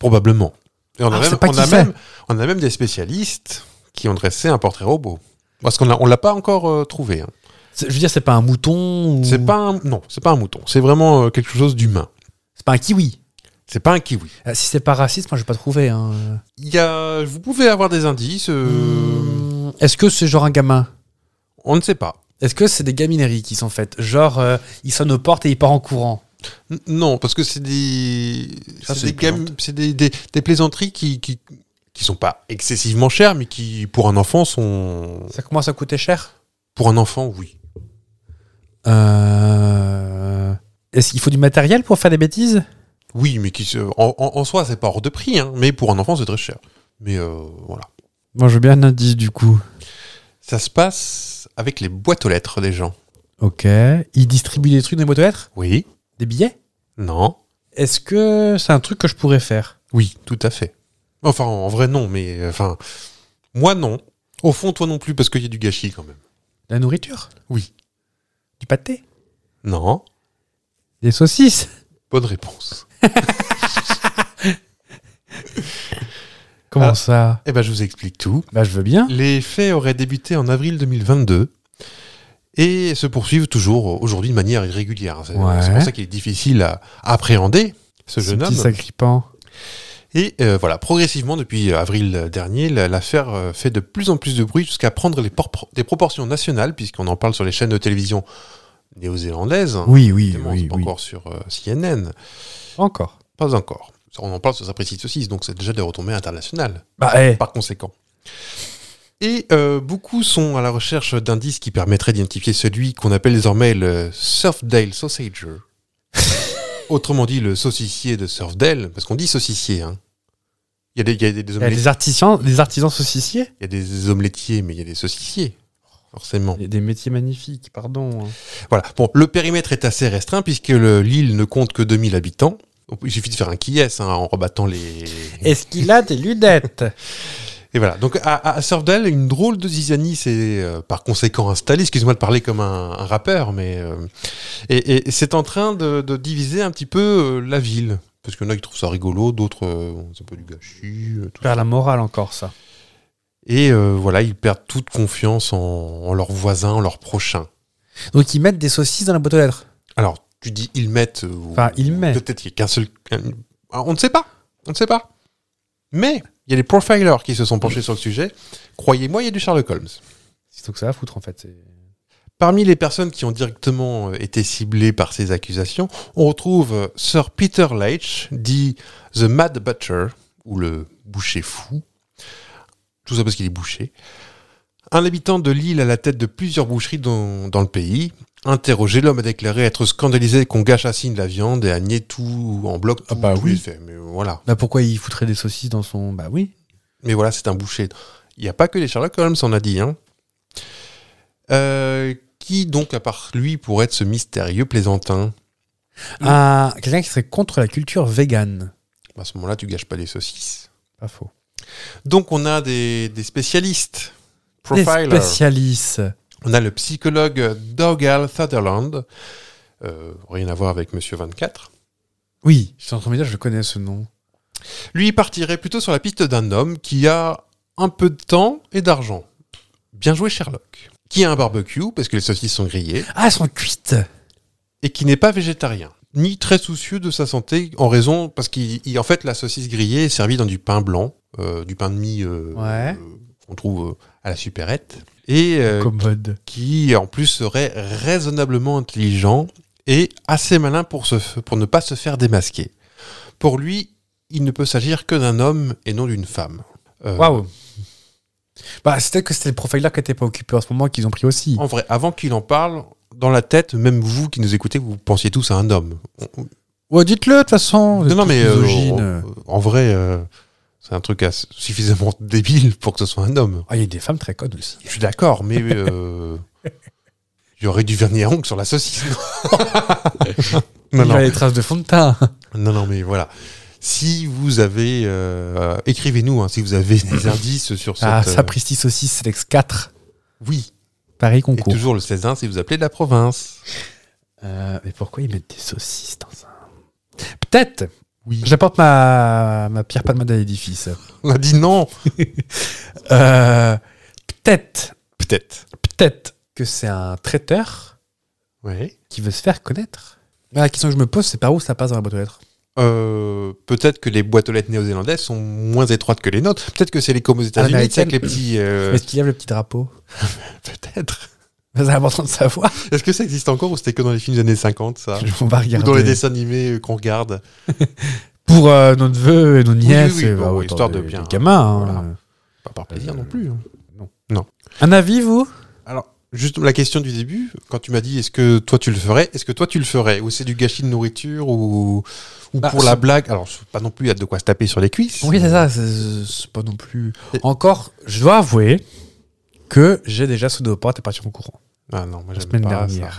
B: probablement Et on,
A: Ah,
B: a
A: on
B: même,
A: sait pas
B: on
A: qui
B: a
A: c'est.
B: même on a même des spécialistes qui ont dressé un portrait robot. Parce qu'on l'a- on l'a pas encore euh, trouvé. hein.
A: C'est- Je veux dire, c'est pas un mouton ou...
B: C'est pas un, non, c'est pas un mouton. C'est vraiment euh, quelque chose d'humain.
A: C'est pas un kiwi.
B: C'est pas un kiwi.
A: Euh, Si c'est pas raciste, moi, j'ai pas trouvé. hein.
B: Il y a, vous pouvez avoir des indices. euh,
A: Hum, Est-ce que c'est genre un gamin
B: On ne sait pas.
A: Est-ce que c'est des gamineries qui sont faites Genre, euh, il sonne aux portes et il part en courant.
B: N- non, parce que c'est des,
A: Ça, c'est
B: c'est des,
A: des
B: gam- c'est des, des- des plaisanteries qui, qui qui sont pas excessivement chères, mais qui pour un enfant sont,
A: Ça commence à coûter cher
B: pour un enfant, oui.
A: Euh... Est-ce qu'il faut du matériel pour faire des bêtises
B: Oui, mais qui se, en, en- en soi, c'est pas hors de prix, hein, mais pour un enfant, c'est très cher. Mais euh, voilà.
A: Moi, je veux bien un indice, du coup.
B: Ça se passe avec les boîtes aux lettres des gens.
A: Ok. Il distribue des trucs dans les boîtes aux lettres
B: Oui.
A: Des billets
B: Non.
A: Est-ce que c'est un truc que je pourrais faire
B: Oui, tout à fait. Enfin, en vrai, non, mais euh, enfin, moi non. Au fond, toi non plus, parce qu'il y a du gâchis quand même.
A: La nourriture
B: Oui.
A: Du pâté
B: Non.
A: Des saucisses
B: Bonne réponse.
A: Comment
B: Ah.
A: ça
B: Eh ben, je vous explique tout.
A: Bah je veux bien.
B: Les faits auraient débuté en avril 2022 et se poursuivent toujours aujourd'hui de manière irrégulière. C'est
A: Ouais.
B: c'est pour ça qu'il est difficile à appréhender ce jeune homme.
A: petit sacripant.
B: Et euh, voilà, progressivement, depuis euh, avril dernier, la- l'affaire euh, fait de plus en plus de bruit jusqu'à prendre les por- des proportions nationales, puisqu'on en parle sur les chaînes de télévision néo-zélandaises. hein,
A: Oui, oui,
B: Évidemment, c'est
A: oui.
B: pas encore sur euh, CNN.
A: Encore.
B: Pas encore. On en parle sur sa précise ceci, donc c'est déjà des retombées internationales,
A: Bah, eh.
B: par conséquent. Et euh, beaucoup sont à la recherche d'indices qui permettraient d'identifier celui qu'on appelle désormais le Surfdale Sausager. Autrement dit, le saucissier de Surfdale, parce qu'on dit saucissier. hein. Il y a des, il y a des- des
A: Il y a
B: omelett-
A: des eh, artisans, des artisans saucissiers
B: il y a des omelettiers, mais il y a des saucissiers, forcément.
A: Il y a des métiers magnifiques, pardon. hein.
B: Voilà. Bon, le périmètre est assez restreint puisque le- l'île ne compte que 2000 habitants. Il suffit de faire un qui est hein, en rebattant les.
A: Est-ce qu'il a des lunettes
B: Et voilà, donc à, à- à Surfdale, une drôle de zizanie s'est euh, par conséquent installée. Excuse-moi de parler comme un, un rappeur, mais. euh, et et- et c'est en train de, de diviser un petit peu euh, la ville. Parce qu'il y en a qui trouvent ça rigolo, d'autres, euh, c'est un peu du gâchis. euh, tout ça.
A: Faire la morale encore, ça.
B: Et euh, voilà, ils perdent toute confiance en, en leurs voisins, en leurs prochains.
A: Donc ils mettent des saucisses dans la boîte aux lettres.
B: Alors, tu dis ils mettent. euh,
A: Enfin, ils mettent.
B: Peut-être qu'il n'y a qu'un seul. un- ah, on ne sait pas. On ne sait pas. Mais il y a des profilers qui se sont penchés sur le sujet. Croyez-moi, il y a du Sherlock Holmes.
A: C'est tout que ça à foutre, en fait. c'est-
B: Parmi les personnes qui ont directement euh, été ciblées par ces accusations, on retrouve euh, Sir Peter Leitch, dit The Mad Butcher, ou le boucher fou. Tout ça parce qu'il est boucher. Un habitant de l'île à la tête de plusieurs boucheries dans, dans le pays. Interrogé, l'homme a déclaré être scandalisé qu'on gâche à signe la viande et a nié tout en bloc.
A: Ah
B: tout-
A: bah
B: tous
A: oui.
B: les faits. Mais voilà.
A: Bah pourquoi il foutrait des saucisses dans son... Bah oui.
B: Mais voilà, c'est un boucher. Il n'y a pas que les Sherlock Holmes, on a dit. Hein. Euh, qui donc, à part lui, pourrait être ce mystérieux plaisantin
A: Ah, quelqu'un qui serait contre la culture végane.
B: À ce moment-là, tu gâches pas les saucisses.
A: Pas faux.
B: Donc, on a des, des spécialistes.
A: Des
B: Profilers.
A: spécialistes.
B: On a le psychologue Dougal Sutherland. Euh, rien à voir avec Monsieur 24.
A: Oui, je suis en train de me dire, je le connais ce nom.
B: Lui il partirait plutôt sur la piste d'un homme qui a un peu de temps et d'argent. Bien joué Sherlock. Qui a un barbecue parce que les saucisses sont grillées.
A: Ah, elles sont cuites
B: et qui n'est pas végétarien, ni très soucieux de sa santé en raison parce qu'en fait la saucisse grillée est servie dans du pain blanc, euh, du pain de mie euh,
A: Ouais.
B: euh, qu'on trouve euh, à la supérette, et euh,
A: Commode.
B: qui en plus serait raisonnablement intelligent et assez malin pour, se f- pour ne pas se faire démasquer. Pour lui, il ne peut s'agir que d'un homme et non d'une femme. Euh,
A: Waouh. Bah, c'est peut-être que c'était les profilers qui n'étaient pas occupés en ce moment qu'ils ont pris aussi.
B: En vrai, avant qu'il en parle, dans la tête, même vous qui nous écoutez, vous pensiez tous à un homme. On-
A: Ouais, oh, dites-le, de toute façon.
B: Non, non, mais euh,
A: misogyne.
B: en, en vrai, euh, c'est un truc assez- suffisamment débile pour que ce soit un homme.
A: Ah, il y a des femmes très connes aussi.
B: Je suis d'accord, mais euh, il y aurait du vernis à ongles sur la saucisse. non,
A: il y a
B: non,
A: les traces de fond de teint.
B: non, non, mais voilà. Si vous avez, euh, écrivez-nous hein, si vous avez des indices sur cette.
A: Ah,
B: euh,
A: sapristi saucisse, Lex 4.
B: oui,
A: Paris
B: et
A: concours.
B: toujours le 16-1 si vous appelez de la province.
A: Euh, mais pourquoi ils mettent des saucisses dans un. Peut-être
B: Oui.
A: J'apporte ma, ma pierre palmade à l'édifice.
B: On a dit non.
A: Euh, peut-être,
B: Peut-être.
A: peut-être que c'est un traiteur
B: Oui.
A: qui veut se faire connaître. Mais la question que je me pose, c'est par où ça passe dans la boîte aux lettres
B: Euh, peut-être que les boîtes aux lettres néo-zélandaises sont moins étroites que les nôtres. Peut-être que c'est les comme aux États-Unis, tu sais,
A: Américaines.
B: avec les petits. euh,
A: Est-ce qu'il y a le petit drapeau
B: peut-être.
A: C'est important de savoir.
B: Est-ce que ça existe encore ou c'était que dans les films des années 50, ça
A: On va
B: Ah. Ou
A: regarder.
B: dans les dessins animés euh, qu'on regarde
A: Pour euh, nos neveux et nos nièces.
B: oui,
A: euh,
B: bon,
A: autant
B: histoire de
A: des-
B: bien-
A: des gamins. hein.
B: voilà. Pas par plaisir
A: Euh,
B: non plus. hein.
A: Un avis, vous
B: Alors, juste la question du début, quand tu m'as dit est-ce que toi tu le ferais Est-ce que toi tu le ferais Ou c'est du gâchis de nourriture Ou, ou
A: Bah,
B: pour la
A: ça-
B: blague Alors, c'est pas non plus, il y a de quoi se taper sur les cuisses.
A: Oui, c'est ça. C'est c'est pas non plus.
B: Et-
A: Encore, je dois avouer que j'ai déjà soudé aux portes et parti en courant.
B: Ah non, moi
A: La
B: j'aime
A: semaine
B: pas
A: dernière.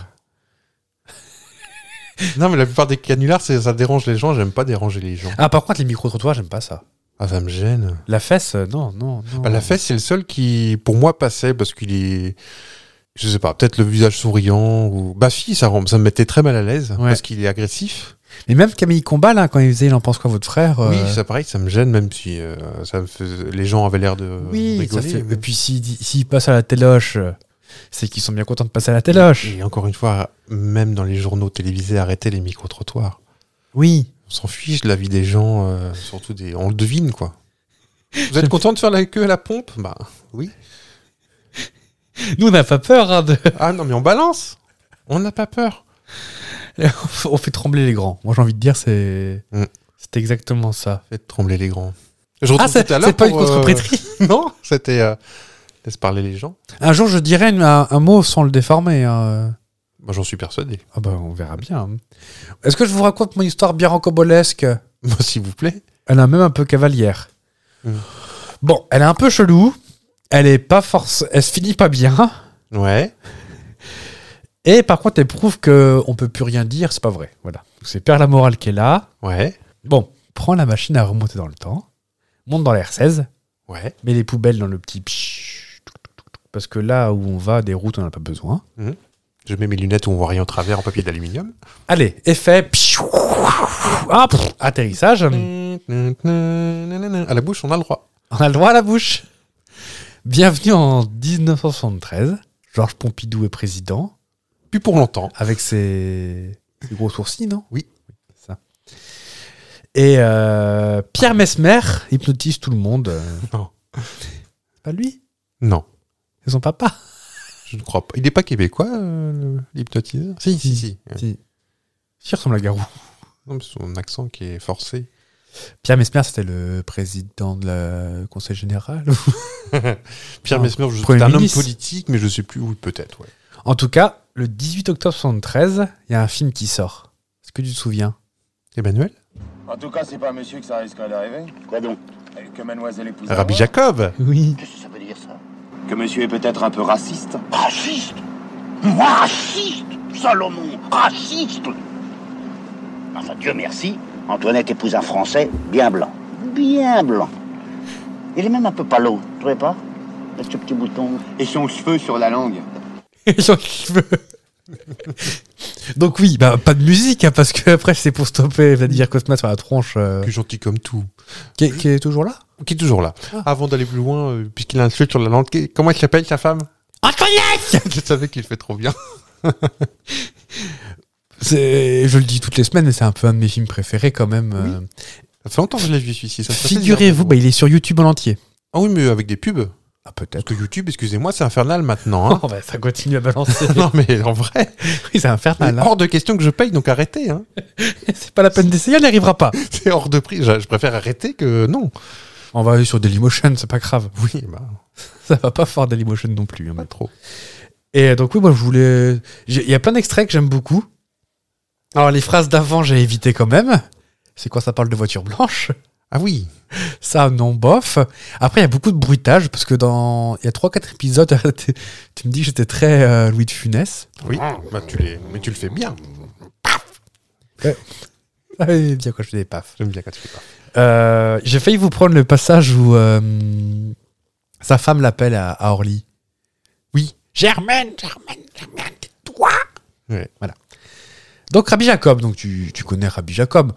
B: ça. Non, mais la plupart des canulars, c'est- ça dérange les gens, j'aime pas déranger les gens.
A: Ah, par contre, les micro-trottoirs, j'aime pas ça.
B: Ah, ça me gêne.
A: La fesse, euh, non, non. non.
B: Bah, la fesse, c'est le seul qui, pour moi, passait parce qu'il est. Je sais pas, peut-être le visage souriant ou. Bah, si, ça, rend- ça me mettait très mal à l'aise
A: Ouais.
B: parce qu'il est agressif.
A: Mais même Camille Combat, là, quand il faisait Il en pense quoi, votre frère euh,
B: Oui, ça pareil, ça me gêne même si euh, ça me faisait- les gens avaient l'air de.
A: oui, ça
B: rigoler,
A: fait-
B: mais-
A: Et euh, puis s'il dit- s'il passe à la téloche, euh, c'est qu'ils sont bien contents de passer à la téloche.
B: Et encore une fois, même dans les journaux télévisés, arrêtez les micro-trottoirs.
A: Oui.
B: On s'en fiche de la vie des gens, euh, surtout des. On le devine, quoi. Vous êtes content de faire la queue à la pompe Bah oui.
A: Nous, on n'a pas peur. hein, de-
B: Ah non, mais on balance On n'a pas peur.
A: on fait trembler les grands. Moi, j'ai envie de dire, c'est
B: Mm.
A: c'est exactement ça.
B: Faites trembler les grands. Je retrouve
A: Ah, c'est
B: tout à l'heure
A: c'est pas une
B: pour, euh,
A: contre-prêtrise.
B: Non, c'était. euh, Laisse parler les gens.
A: Un jour, je dirais une- un, un mot sans le déformer. hein.
B: Moi, j'en suis persuadé.
A: Ah bah, on verra bien. Est-ce que je vous raconte mon histoire bien rancobolesque
B: Moi, s'il vous plaît.
A: Elle a même un peu cavalière.
B: Mm.
A: Bon, elle est un peu chelou. Elle est pas force. Elle se finit pas bien.
B: Ouais.
A: Et par contre, elle prouve que on peut plus rien dire. C'est pas vrai. Voilà. Donc, C'est perd la morale qu'elle a.
B: Ouais.
A: Bon, prends la machine à remonter dans le temps. Monte dans la R16.
B: Ouais.
A: Mets les poubelles dans le petit. pshhh, touc, touc, touc, touc, Parce que là où on va, des routes, on n'en a pas besoin.
B: Je mets mes lunettes où on voit rien au travers en papier d'aluminium.
A: Allez, effet. pshhou, ah, pff, atterrissage.
B: Mm.
A: Mm.
B: À la bouche, on a le droit.
A: On a le droit à la bouche. Bienvenue en 1973. Georges Pompidou est président
B: Plus pour longtemps.
A: avec ses, ses gros sourcils, non
B: Oui.
A: C'est Ça. Et euh, Pierre Mesmer hypnotise tout le monde. euh.
B: Non.
A: C'est pas lui
B: Non,
A: C'est son papa.
B: je ne crois pas. Il n'est pas québécois, euh, le- l'hypnotiseur Si,
A: Mm.
B: si, si. Euh,
A: Si. Il ressemble à Garou.
B: non, mais son accent qui est forcé.
A: Pierre Mesmer, c'était le président de la- du Conseil général.
B: Pierre
A: Ah,
B: Mesmer, je-
A: Premier
B: c'est un homme
A: ministre.
B: politique, mais je ne sais plus où, peut-être. ouais.
A: En tout cas, le 18 octobre 73, il y a un film qui sort. Est-ce que tu te souviens
B: Emmanuel
E: En tout cas, c'est pas à monsieur que ça risquerait d'arriver. Quoi donc Que mademoiselle épouse.
A: Ah.
B: Rabbi Jacob
A: Oui.
E: Qu'est-ce que ça veut dire ça Que monsieur est peut-être un peu raciste.
F: Raciste Moi, raciste Salomon, raciste Enfin, Dieu merci, Antoinette épouse un Français bien blanc. Bien blanc. Il est même un peu palot, vous trouvez pas Avec ce petit bouton.
E: Et son cheveu sur la langue.
A: J'en veux. Donc oui, bah, pas de musique, hein, parce que après c'est pour stopper Vladimir Cosma sur la tronche, euh,
B: Plus gentil comme tout.
A: qui, est- qui est toujours là.
B: Qui est toujours là.
A: Ah.
B: Avant d'aller plus loin, euh, puisqu'il a un cheveu sur la langue, qu'est- comment elle s'appelle, sa femme Je savais qu'il le fait trop bien.
A: C'est- Je le dis toutes les semaines, mais c'est un peu un de mes films préférés quand même. euh.
B: Ça fait longtemps que je l'ai vu, celui-ci. ça me fait plaisir.
A: Figurez-vous, bah, il est sur YouTube en entier.
B: Ah oui, mais avec des pubs.
A: Ah
B: Parce
A: peut-être.
B: que YouTube, excusez-moi, c'est infernal maintenant. hein.
A: Oh, bah, ça continue à balancer.
B: non, mais en vrai,
A: oui, c'est infernal.
B: il est
A: hein.
B: hors de question que je paye, donc arrêtez. hein.
A: C'est pas la peine d'essayer, on n'y arrivera pas.
B: C'est hors de prix. Je, je préfère arrêter que non.
A: On va aller sur Dailymotion, c'est pas grave.
B: Oui, bah,
A: Ça va pas fort Dailymotion non plus. hein,
B: pas trop.
A: Et donc oui, moi je voulais. j'ai- Il y a plein d'extraits que j'aime beaucoup. Alors les phrases d'avant, j'ai évité quand même. C'est quand ça parle de voiture blanche.
B: Ah oui,
A: Ça, non, bof. Après, il y a beaucoup de bruitage parce que dans. Il y a 3-4 épisodes, t'es- tu me dis que j'étais très euh, Louis de Funès.
B: oui. Bah, tu les- mais tu le fais bien.
A: Ah, oui, bien quoi, je fais des paf.
B: J'aime bien quand tu fais ça.
A: Euh, j'ai failli vous prendre le passage où euh, sa femme l'appelle à, à Orly. Oui. Germaine, Germaine, Germaine, toi
B: Ouais.
A: Voilà. Donc Rabbi Jacob, donc tu, tu connais Rabbi Jacob.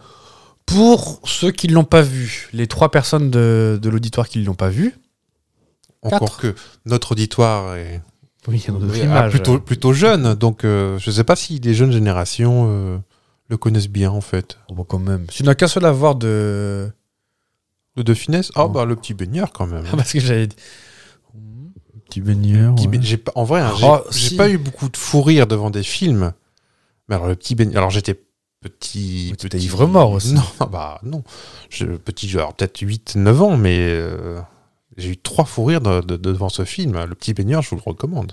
A: Pour ceux qui ne l'ont pas vu, les trois personnes de, de l'auditoire qui ne l'ont pas vu,
B: Encore que notre auditoire est
A: oui, il y a d'autres
B: est, ah,
A: images.
B: plutôt, plutôt jeune, donc euh, je sais pas si les jeunes générations euh, le connaissent bien en fait.
A: Oh, bah, quand même. Tu n'as qu'un seul à voir de.
B: Le De Funès, ah
A: Oh.
B: bah le petit baigneur quand même.
A: Parce que j'avais dit. Petit baigneur.
B: Petit
A: ouais.
B: baign- j'ai pas- en vrai, hein, j'ai
A: Oh,
B: j'ai
A: si.
B: pas eu beaucoup de fou rire devant des films. Mais alors, le petit baigneur. Alors, j'étais petit.
A: Oui, t'étais
B: petit
A: ivre-mort aussi.
B: Non, bah non. Je, petit, genre peut-être 8-9 ans, mais euh, j'ai eu trois fous rires de- de- devant ce film. Le petit baigneur, je vous le recommande.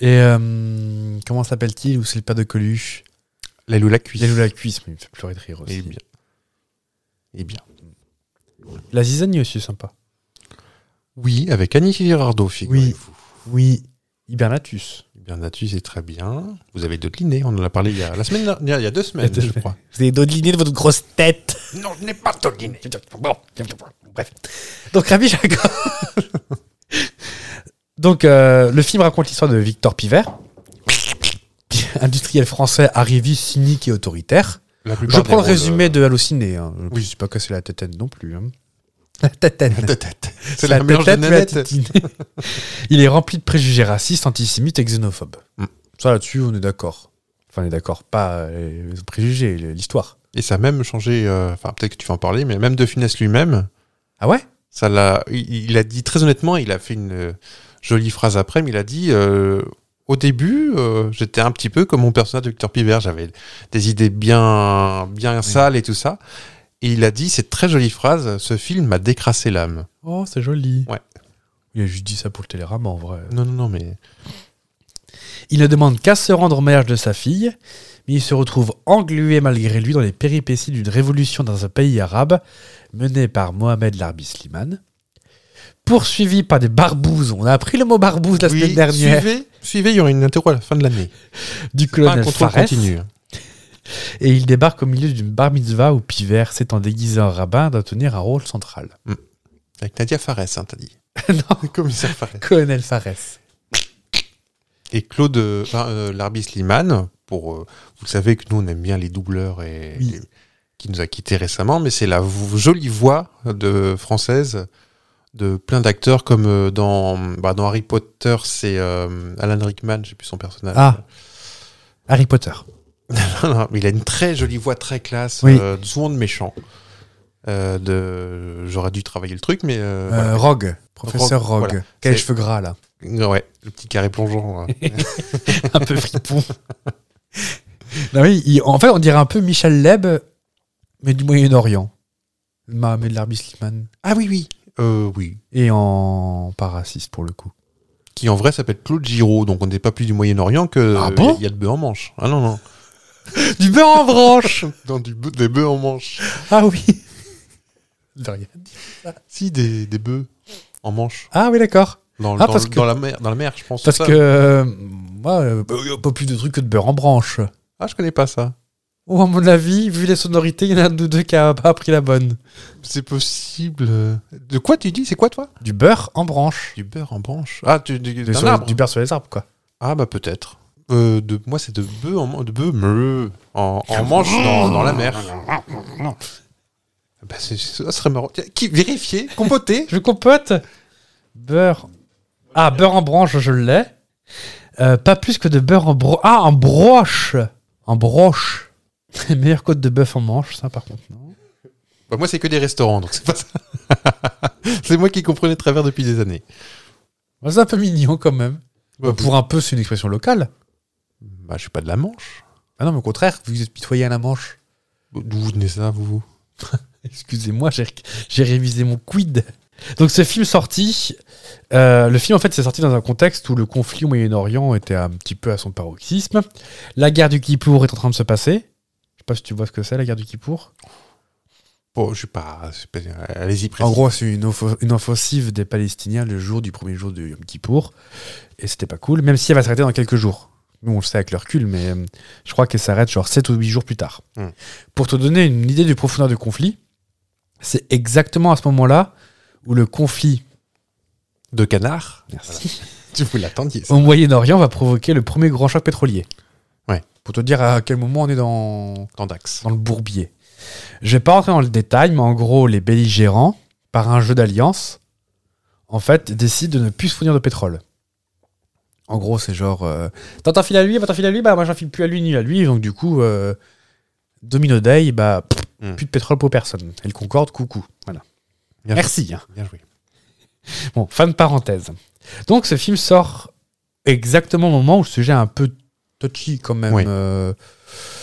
A: Et euh, comment s'appelle-t-il Ou c'est le père de Coluche
B: L'aile ou la cuisse.
A: Il a la cuisse, mais il me fait pleurer de rire
B: Et
A: aussi.
B: bien. Et bien.
A: La zizanie aussi, sympa.
B: Oui, avec Annie Girardot, figurez-vous.
A: Oui. Hibernatus.
B: Eh Bien là-dessus, c'est très bien. Vous avez d'autres linés, on en a parlé il y a, la semaine dernière, il y a deux semaines,
A: deux
B: je
A: semaines.
B: crois.
A: Vous avez dodelinés de votre grosse tête.
B: Non, je n'ai pas toliné.
A: Bon, bref. Donc, Rabbi Jacob. Donc, euh, le film raconte l'histoire de Victor Pivert, industriel français arriviste, cynique et autoritaire.
B: La plupart
A: Je prends le
B: des rôles,
A: résumé de Allociné. Hein. Je
B: euh, Oui.
A: ne suis pas cassé la tétane non plus. hein. La tétane.
B: euh, de tête. C'est la, merde de
A: tête, mais la
B: nanette.
A: titine. Il est rempli de préjugés racistes, antisémites et xénophobes.
B: Mm.
A: Ça, là-dessus, on est d'accord. Enfin, on est d'accord, pas euh, les préjugés, l'histoire.
B: Et ça a même changé, euh, enfin peut-être que tu vas en parler, mais même De Funès lui-même,
A: Ah ouais
B: ça l'a, il, il a dit très honnêtement, il a fait une euh, jolie phrase après, mais il a dit euh, au début, euh, j'étais un petit peu comme mon personnage de Victor Piver, j'avais des idées bien, bien sales et tout ça. Et il a dit cette très jolie phrase, ce film m'a décrassé l'âme.
A: Oh, c'est joli.
B: Ouais.
A: Il a juste dit ça pour le télérama, en vrai.
B: Non, non, non, mais
A: Il ne demande qu'à se rendre au mariage de sa fille, mais il se retrouve englué malgré lui dans les péripéties d'une révolution dans un pays arabe menée par Mohamed Larbi Slimane. Poursuivi par des barbouzes, on a appris le mot barbouze la
B: Oui,
A: semaine dernière,
B: Suivez, suivez, il y aura une interro à la fin de l'année.
A: du
B: Pas un
A: colonel
B: Ah, contrôle
A: Fares,
B: continu.
A: et il débarque au milieu d'une bar mitzvah où Piver, s'étant déguisé en rabbin, doit tenir un rôle central.
B: Avec Nadia Fares, hein, t'as dit.
A: non,
B: Commissaire Fares.
A: colonel Fares.
B: Et Claude euh, enfin, euh, Larbis Liman, pour, euh, vous savez que nous, on aime bien les doubleurs et,
A: Oui.
B: et- qui nous a quittés récemment, mais c'est la vo- jolie voix de française de plein d'acteurs comme euh, dans, bah, dans Harry Potter, c'est euh, Alan Rickman, j'ai plus son personnage.
A: Ah. Harry Potter.
B: Non, non, mais il a une très jolie voix, très classe,
A: Oui.
B: euh, souvent de méchant. Euh, de... J'aurais dû travailler le truc, mais euh, voilà.
A: Euh, Rogue, professeur Rogue,
B: Rogue, voilà.
A: qui a les
B: C'est-
A: cheveux gras là.
B: Ouais, le petit carré plongeant. hein.
A: un peu fripon. non, oui, il- en fait, on dirait un peu Michel Leb, mais du Moyen-Orient. Mohamed Larbi Slimane.
B: ah oui, oui. Euh, oui.
A: Et en pas raciste pour le coup.
B: Qui en vrai s'appelle Claude Giraud, donc on n'est pas plus du Moyen-Orient que.
A: Ah bon
B: Il y a le bœuf en manche. Ah non, non.
A: Du beurre en branche
B: Dans du bœuf- des bœufs en manche.
A: Ah oui De rien.
B: Si, des, des bœufs en manche.
A: Ah oui, d'accord.
B: Dans,
A: Ah,
B: dans-
A: parce que-
B: dans la mer, dans la mer, je pense.
A: Parce
B: Ça-
A: que. euh, Moi, euh, y a pas plus de trucs que de beurre en branche.
B: Ah, je connais pas ça.
A: Ou Oh, à mon avis, vu les sonorités, il y en a un de nous deux qui a pas pris la bonne.
B: C'est possible. euh, De quoi tu dis C'est quoi, toi
A: Du beurre en branche.
B: Du beurre en branche. Ah, tu, du, d'un
A: Sur les-
B: arbre.
A: du beurre sur les arbres, quoi.
B: Ah, bah peut-être. Euh, de, moi, c'est de bœufs en, man- de bœufs meuh, en, en manche dans, dans la mer. Bah, c'est- ça serait marrant. Tiens, Qui, vérifier, compoter.
A: Je compote. Beurre. Ah, beurre en branche, je l'ai. Euh, pas plus que de beurre en broche. Ah, en broche En broche. Meilleure côte de bœuf en manche, ça par contre. non.
B: Bah, moi, c'est que des restaurants, donc c'est pas ça. c'est moi qui comprenais le travers depuis des années.
A: Bah, c'est un peu mignon quand même.
B: Bah,
A: Pour un peu, c'est une expression locale.
B: Bah, je suis pas de la Manche.
A: Ah non, mais au contraire, vous êtes pitoyé à la manche.
B: D'où vous venez ça, vous
A: Excusez-moi, j'ai- j'ai révisé mon quid. Donc ce film sorti, euh, le film en fait c'est sorti dans un contexte où le conflit au Moyen-Orient était un petit peu à son paroxysme. La guerre du Kippour est en train de se passer. Je sais pas si tu vois ce que c'est la guerre du Kippour.
B: Bon, je suis pas. je suis pas- Allez-y, précis.
A: En gros, c'est une, offo- une offensive des Palestiniens le jour du premier jour de Yom Kippour. Et c'était pas cool, même si elle va s'arrêter dans quelques jours. Nous, on le sait avec le recul, mais euh, je crois qu'elle s'arrête genre 7 ou 8 jours plus tard.
B: Hmm.
A: Pour te donner une idée du profondeur du conflit, c'est exactement à ce moment-là où le conflit
B: De canard
A: merci,
B: Tu vous l'attendiez. ça.
A: au Moyen-Orient va provoquer le premier grand choc pétrolier.
B: Ouais.
A: Pour te dire à quel moment on est dans,
B: Tandax.
A: dans le bourbier. Je vais pas rentrer dans le détail, mais en gros, les belligérants, par un jeu d'alliance, en fait, décident de ne plus se fournir de pétrole. En gros, c'est genre, euh, T'en- t'en files à lui, bah t'en files à lui, bah moi j'en file plus à lui ni à lui, donc du coup, euh, Domino Day, bah pff,
B: Hmm.
A: plus de pétrole pour personne. Et le Concorde, coucou. Voilà.
B: Bien
A: Merci. hein.
B: joué, Bien joué.
A: Bon, fin de parenthèse. Donc ce film sort exactement au moment où le sujet est un peu touchy quand même.
B: Oui.
A: euh,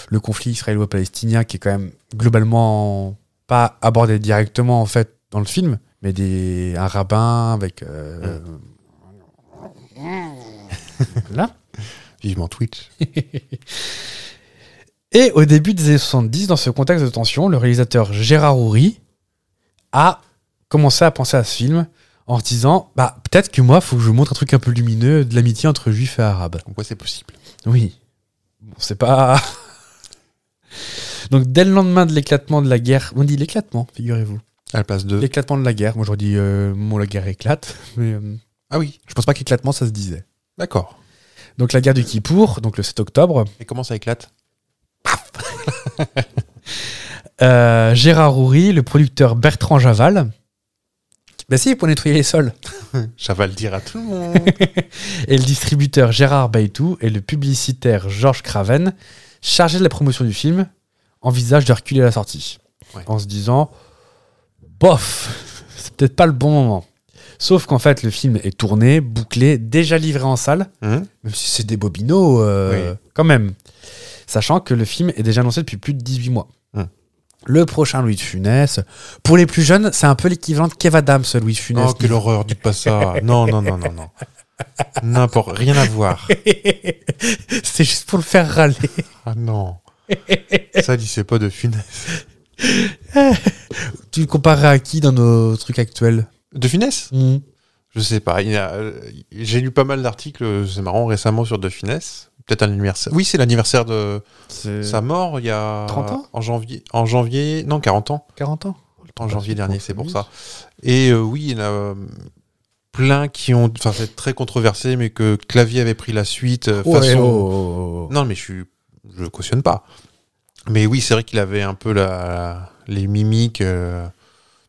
A: le conflit israélo-palestinien qui est quand même globalement pas abordé directement en fait dans le film, mais des, un rabbin avec... euh, Là.
B: Vivement Twitch.
A: Et au début des années 70, dans ce contexte de tension, le réalisateur Gérard Houry a commencé à penser à ce film en se disant bah, peut-être que moi, il faut que je montre un truc un peu lumineux de l'amitié entre juifs et arabes.
B: Comme quoi, c'est possible.
A: Oui. Bon, c'est pas. Donc, dès le lendemain de l'éclatement de la guerre, on dit l'éclatement, figurez-vous.
B: À la place de.
A: L'éclatement de la guerre, moi j'aurais dit euh, bon, la guerre éclate, mais euh,
B: Ah oui,
A: je pense pas qu'éclatement ça se disait.
B: d'accord.
A: Donc, la guerre du Kippour, donc le 7 octobre,
B: Et comment ça éclate
A: Euh, Gérard Houry, le producteur Bertrand Javal, Ben si, pour nettoyer les sols.
B: Ça va le dire à tout le monde.
A: Et le distributeur Gérard Baitou et le publicitaire Georges Craven, chargés de la promotion du film, envisagent de reculer la sortie.
B: Ouais.
A: En se disant, bof, c'est peut-être pas le bon moment. Sauf qu'en fait, le film est tourné, bouclé, déjà livré en salle,
B: Hein
A: même si c'est des bobineaux, euh,
B: Oui.
A: quand même. Sachant que le film est déjà annoncé depuis plus de 18 mois.
B: Hum.
A: Le prochain Louis de Funès. Pour les plus jeunes, c'est un peu l'équivalent de Kev Adams, Louis de Funès.
B: Oh, quelle horreur, dites pas ça. Non, non, non, non, non. N'importe, rien à voir.
A: c'est juste pour le faire râler.
B: Ah non. Ça, dit c'est pas de funès.
A: Tu le comparerais à qui dans nos trucs actuels
B: De funès
A: Hmm.
B: Je sais pas. il y a- euh, J'ai lu pas mal d'articles, euh, c'est marrant, récemment sur De Finesse. Peut-être un anniversaire. Oui, c'est l'anniversaire de
A: C'est
B: sa mort il y a.
A: 30 ans
B: En janvier. En janvier. Non, 40 ans.
A: 40 ans.
B: En janvier dernier, c'est pour
A: oui.
B: ça. Et euh, oui, il y en a euh, plein qui ont. Enfin, c'est très controversé, mais que Clavier avait pris la suite. euh,
A: oh,
B: façon... Non, mais je suis, je cautionne pas. Mais oui, c'est vrai qu'il avait un peu la, les mimiques. euh,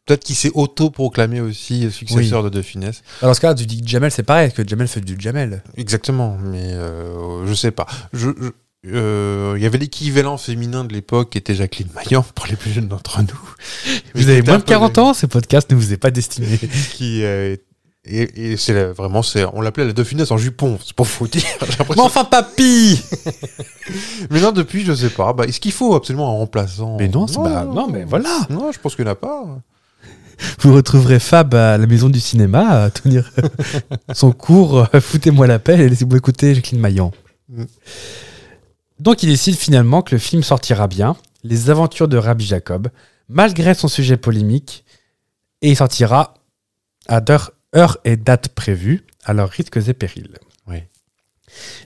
B: Peut-être qu'il s'est auto-proclamé aussi euh, successeur de De Funès.
A: Alors, dans ce cas, tu dis que Jamel, c'est pareil, que Jamel fait du Jamel.
B: Exactement, mais euh, je sais pas. Je, je- euh, il y avait l'équivalent féminin de l'époque qui était Jacqueline Maillan pour les plus jeunes d'entre nous. Mais
A: Vous avez
B: c'était
A: moins
B: un
A: de
B: peu
A: 40 ans, ce podcast ne vous est pas destiné.
B: Qui, euh, et et c'est la- vraiment, c'est on l'appelait la De Funès en jupon, c'est pour vous dire. J'ai
A: Mais
B: l'impression-
A: enfin, papy
B: Mais non, depuis, je sais pas. Bah, Est-ce qu'il faut absolument un remplaçant
A: Mais non, c'est- bah, non, mais voilà.
B: Non, je pense qu'il n'y en a pas.
A: Vous retrouverez Fab à la maison du cinéma à tenir son cours euh, Foutez-moi la paix et laissez-moi écouter Jacqueline Maillan.
B: Mm.
A: Donc il décide finalement que le film sortira bien, Les aventures de Rabbi Jacob, malgré son sujet polémique, et il sortira à d'heure- heure et date prévues, à leur risques et périls.
B: Oui.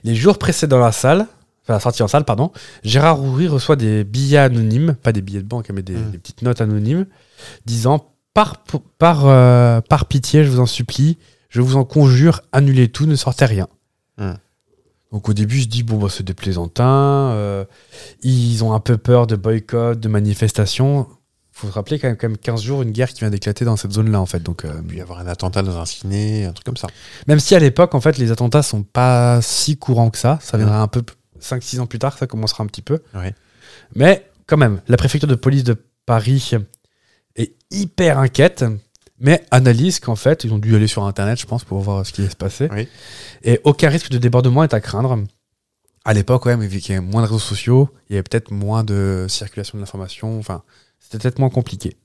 A: Les jours précédant la salle, enfin la sortie en salle, pardon, Gérard Roury reçoit des billets anonymes, pas des billets de banque, mais des-
B: Mm.
A: des petites notes anonymes, disant par, p- par, euh, par pitié, je vous en supplie, je vous en conjure, annulez tout, ne sortez rien.
B: Hmm.
A: Donc au début, je dis, bon, bah, c'est des plaisantins, euh, ils ont un peu peur de boycott, de manifestations. faut se rappeler quand même, quand même 15 jours, une guerre qui vient d'éclater dans cette zone-là, en fait. Donc, euh,
B: puis avoir un attentat dans un ciné, un truc comme ça.
A: même si à l'époque, en fait, les attentats sont pas si courants que ça. Ça viendra un peu 5-6 ans plus tard, ça commencera un petit peu.
B: Mm. Ouais.
A: Mais quand même, la préfecture de police de Paris est hyper inquiète, mais analyse qu'en fait, ils ont dû aller sur Internet, je pense, pour voir ce qui allait se passer.
B: Oui.
A: Et aucun risque de débordement est à craindre. À l'époque, quand même, vu qu'il y avait moins de réseaux sociaux, il y avait peut-être moins de circulation de l'information, enfin, c'était peut-être moins compliqué.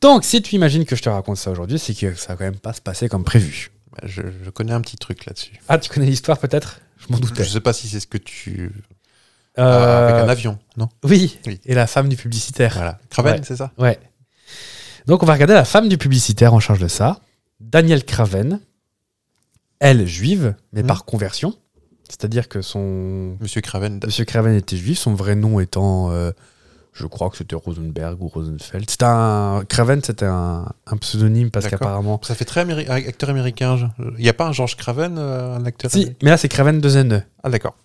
A: Donc, si tu imagines que je te raconte ça aujourd'hui, c'est que ça va quand même pas se passer comme prévu.
B: Bah, Je, je connais un petit truc là-dessus.
A: Ah, tu connais l'histoire peut-être Euh, Je m'en
B: Je
A: doutais.
B: sais pas si c'est ce que tu.
A: Euh,
B: Avec un avion, non
A: oui.
B: Oui.
A: et la femme du publicitaire.
B: Voilà. Craven,
A: Ouais.
B: c'est ça
A: Ouais. Donc on va regarder la femme du publicitaire en charge de ça, Danielle Craven, elle juive, mais
B: Mhm.
A: par conversion. C'est-à-dire que son...
B: Monsieur Craven. d-
A: Monsieur Craven était juif, son vrai nom étant, euh, je crois que c'était Rosenberg ou Rosenfeld. C'était un... Craven, c'était un, un pseudonyme parce
B: D'accord.
A: qu'apparemment...
B: Ça fait très améri- acteur américain. je- Il n'y a pas un George Craven, euh, un acteur
A: Si,
B: américain
A: mais là c'est Craven de Zene.
B: Ah, d'accord.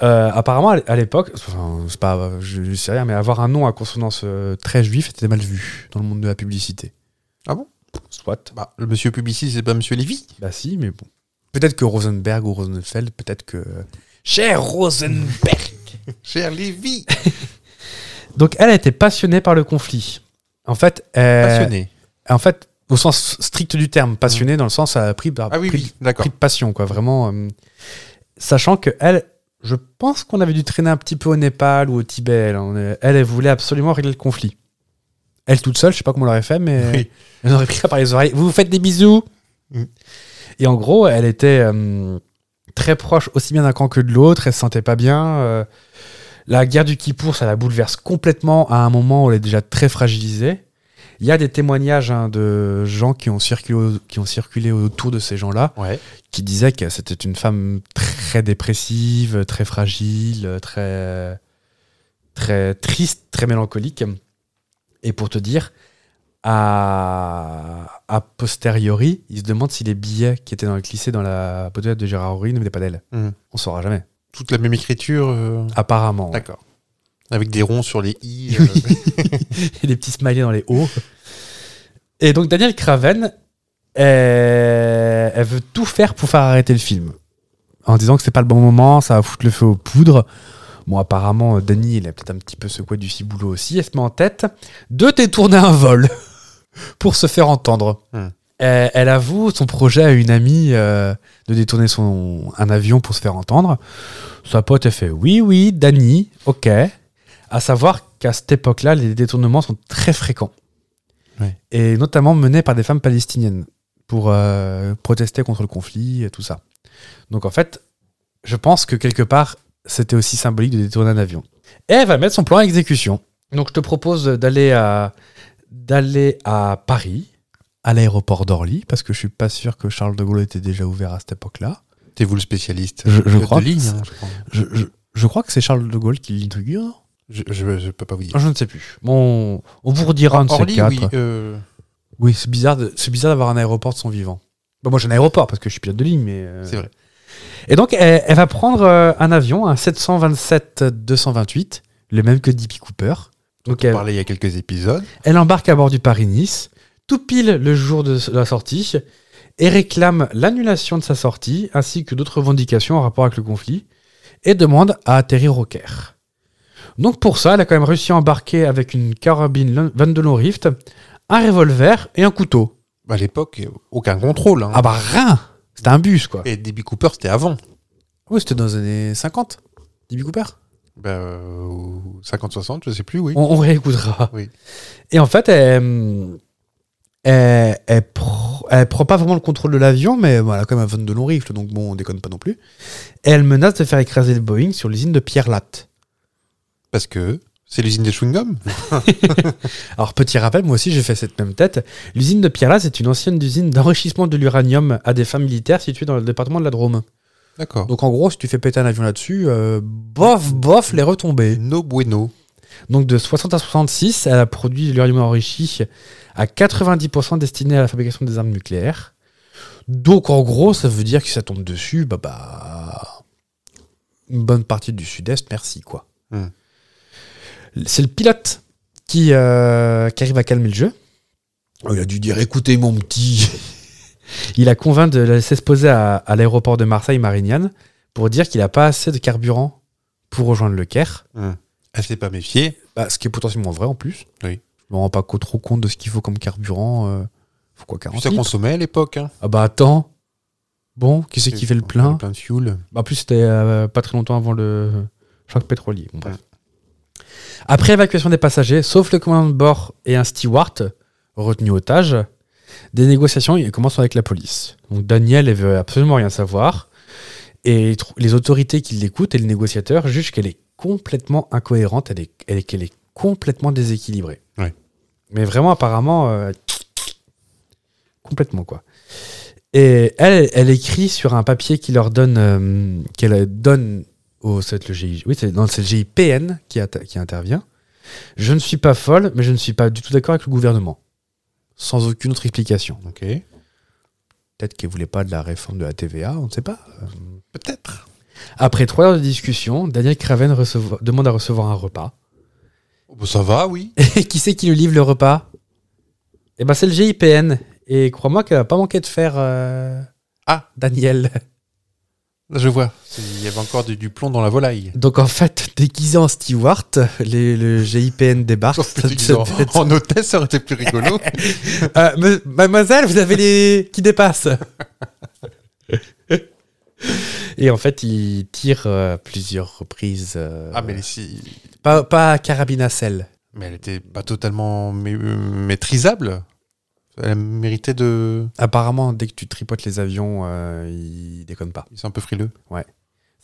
A: Euh, apparemment, à l'époque, enfin, c'est pas, je, je sais rien, mais avoir un nom à consonance euh, très juif était mal vu dans le monde de la publicité.
B: Ah bon
A: Soit.
B: Bah, le monsieur publiciste, c'est pas monsieur Lévy
A: Bah si, mais bon. Peut-être que Rosenberg ou Rosenfeld, peut-être que. Cher Rosenberg
B: Cher Lévy
A: Donc elle a été passionnée par le conflit. En fait, euh,
B: Passionné.
A: En fait, au sens strict du terme, passionnée dans le sens elle a pris, elle a
B: Mmh. Ah oui,
A: pris-
B: oui, d'accord.
A: pris de passion, quoi, vraiment. euh, sachant que elle, je pense qu'on avait dû traîner un petit peu au Népal ou au Tibet. Elle, on est- elle, elle voulait absolument régler le conflit. Elle toute seule, je sais pas comment on l'aurait fait, mais
B: Oui.
A: elle aurait pris ça par les oreilles. Vous vous faites des bisous.
B: Mm.
A: Et en gros, elle était euh, très proche aussi bien d'un camp que de l'autre. Elle se sentait pas bien. euh, la guerre du Kippour, ça la bouleverse complètement à un moment où elle est déjà très fragilisée. Il y a des témoignages hein, de gens qui ont circulé, au- qui ont circulé autour de ces gens-là
B: Ouais.
A: qui disait que c'était une femme très dépressive, très fragile, très, très triste, très mélancolique. Et pour te dire, à, a posteriori, il se demande si les billets qui étaient dans le lycée dans la boîte de Gérard Horry ne venaient pas d'elle.
B: Mhm.
A: On saura jamais.
B: Toute la même écriture. euh,
A: Apparemment.
B: D'accord. Avec des ronds sur les i. euh.
A: Oui. Et des petits smileys dans les hauts. Et donc Daniel Craven, euh, elle, elle veut tout faire pour faire arrêter le film. En disant que c'est pas le bon moment, ça va foutre le feu aux poudres. Bon, apparemment, Denis, il est peut-être un petit peu secoué du ciboulot aussi. Elle se met en tête de détourner un vol pour se faire entendre.
B: Hmm.
A: Elle, elle avoue son projet à une amie euh, de détourner son, un avion pour se faire entendre. Sa pote, elle fait Oui, oui, Dani, ok. À savoir qu'à cette époque-là, les détournements sont très fréquents.
B: Ouais.
A: Et notamment menés par des femmes palestiniennes pour euh, protester contre le conflit et tout ça. Donc en fait, je pense que quelque part, c'était aussi symbolique de détourner un avion. Et elle va mettre son plan à exécution. Donc je te propose d'aller à, d'aller à Paris, à l'aéroport d'Orly, parce que je suis pas sûr que Charles de Gaulle était déjà ouvert à cette époque-là.
B: T'es vous le spécialiste
A: Je- je
B: de
A: crois
B: ligne,
A: que
B: hein, je, crois.
A: Je, je- je crois que c'est Charles de Gaulle qui hein. l'inaugure.
B: Je- je- je peux pas vous dire.
A: Ah, Je ne sais plus. Bon, on vous redira un de ces
B: Orly,
A: quatre.
B: oui. euh,
A: Oui, c'est bizarre, de- c'est bizarre d'avoir un aéroport de son vivant. Bah, moi, j'ai un aéroport parce que je suis pilote de ligne, mais. euh,
B: C'est vrai.
A: Et donc, elle, elle va prendre euh, un avion, un 727-228, le même que D.P. Cooper. Donc,
B: On
A: elle,
B: parlait il y a quelques épisodes.
A: elle embarque à bord du Paris-Nice, tout pile le jour de la sortie, et réclame l'annulation de sa sortie, ainsi que d'autres revendications en rapport avec le conflit, et demande à atterrir au Caire. Donc pour ça, elle a quand même réussi à embarquer avec une carabine Vandelon Rift, un revolver et un couteau.
B: À l'époque, aucun contrôle. hein.
A: Ah bah rien C'était un bus, quoi.
B: Et Debbie Cooper, c'était avant.
A: Ah Oui, c'était dans les années 50, Debbie Cooper.
B: Ben, euh, 50-60, je sais plus, oui.
A: On, on réécoutera.
B: Oui.
A: Et en fait, elle, hum, elle, elle pr- elle prend pas vraiment le contrôle de l'avion, mais bon, elle a quand même un van de long rifle, donc bon, on déconne pas non plus. Et elle menace de faire écraser le Boeing sur l'usine de Pierre Latte.
B: Parce que c'est l'usine des chewing-gums.
A: Alors, petit rappel, moi aussi j'ai fait cette même tête. L'usine de Pierre Latte est une ancienne usine d'enrichissement de l'uranium à des fins militaires située dans le département de la Drôme.
B: D'accord.
A: Donc en gros, si tu fais péter un avion là-dessus, euh, bof, bof, les retombées.
B: No bueno.
A: Donc de 60 à 66, elle a produit de l'uranium enrichi à 90% destiné à la fabrication des armes nucléaires. Donc en gros, ça veut dire que si ça tombe dessus, bah bah une bonne partie du sud-est, merci quoi.
B: Hmm.
A: C'est le pilote qui, euh, qui arrive à calmer le jeu. Oh, Il a dû dire écoutez mon petit. Il a convaincu de la laisser se poser à, à l'aéroport de Marseille-Marignane pour dire qu'il n'a pas assez de carburant pour rejoindre le Caire.
B: Elle s'est pas méfiée.
A: Bah, ce qui est potentiellement vrai en plus.
B: Oui.
A: Je me rends pas co- trop compte de ce qu'il faut comme carburant. euh, faut quoi,
B: Puis
A: 40
B: ça
A: litres
B: consommait à l'époque. hein.
A: Ah bah attends. Bon, qui c'est qui fait le plein
B: plein de fuel.
A: Bah, En plus, c'était euh, pas très longtemps avant le choc pétrolier. Bon, bref. Après évacuation des passagers, sauf le commandant de bord et un steward retenu otage, des négociations ils commencent avec la police. Donc Daniel, elle veut absolument rien savoir. Et tr- les autorités qui l'écoutent et le négociateur jugent qu'elle est complètement incohérente, elle est, elle est- qu'elle est complètement déséquilibrée.
B: Ouais.
A: Mais vraiment, apparemment, euh, complètement quoi. Et elle, elle écrit sur un papier qui leur donne, euh, qu'elle donne au c'est le GI, oui, c'est dans c'est le GIPN qui, atta- qui intervient. Je ne suis pas folle, mais je ne suis pas du tout d'accord avec le gouvernement. Sans aucune autre explication.
B: Ok.
A: Peut-être qu'elle voulait pas de la réforme de la TVA, on ne sait pas. Euh,
B: Peut-être.
A: Après trois heures de discussion, Daniel Craven receve- demande à recevoir un repas.
B: Oh, bah, ça va, oui.
A: Et qui c'est qui lui livre le repas Eh ben c'est le GIPN. Et crois-moi qu'elle va pas manquer de faire. euh, Ah, Daniel.
B: Là, je vois. C'est- Il y avait encore du, du plomb dans la volaille.
A: Donc en fait, déguisé en steward, les- le GIPN débarque.
B: Sauf que tu dis, en, en hôtesse, ça aurait été plus rigolo.
A: Euh, me- mademoiselle, vous avez les qui dépassent. Et en fait, il tire euh, à plusieurs reprises. euh,
B: ah, mais, les- si-
A: pas, pas à carabine à sel.
B: mais elle était pas totalement ma- euh, maîtrisable. Elle méritait de.
A: Apparemment, dès que tu tripotes les avions, euh, ils déconnent pas.
B: Ils sont un peu frileux.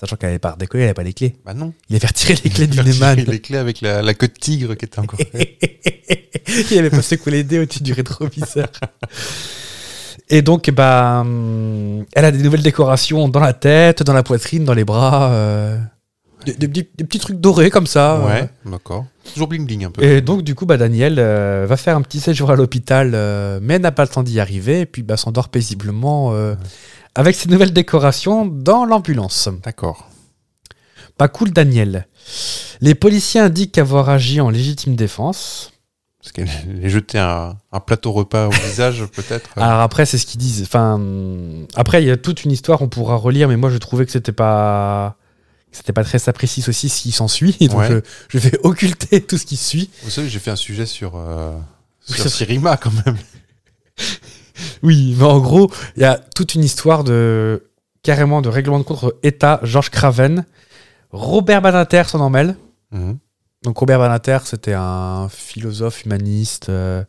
A: Sachant qu'elle n'avait pas redécollé, elle n'avait pas les clés.
B: Bah non.
A: Il avait retiré les clés du
B: Il a
A: Neyman.
B: tiré les clés avec la, la queue de tigre qui était encore.
A: il avait passé couler des au-dessus du rétroviseur. Et donc, bah, hum, elle a des nouvelles décorations dans la tête, dans la poitrine, dans les bras. euh, des, des petits, des petits trucs dorés comme ça. euh.
B: ouais, d'accord. Toujours bling bling un peu.
A: Et donc, du coup, bah, Daniel euh, va faire un petit séjour à l'hôpital, euh, mais n'a pas le temps d'y arriver. Et puis, bah, s'endort paisiblement euh, avec ses nouvelles décorations dans l'ambulance.
B: D'accord.
A: Pas cool, Daniel. Les policiers indiquent avoir agi en légitime défense.
B: Parce qu'elle est jetée un, un plateau repas au visage, peut-être.
A: Alors après, c'est ce qu'ils disent. Enfin, hum, après, il y a toute une histoire, on pourra relire, mais moi, je trouvais que c'était pas. que C'était pas très ça précise aussi ce qui s'ensuit, donc
B: Ouais.
A: je, je vais occulter tout ce qui suit.
B: Vous savez, j'ai fait un sujet sur, euh,
A: Oui,
B: sur
A: ça-
B: Sirima, quand même.
A: Oui, mais en gros, il y a toute une histoire de carrément de règlement de compte entre État, Georges Craven, Robert Badinter s'en emmêle.
B: Mhm.
A: Donc Robert Badinter, c'était un philosophe humaniste. euh,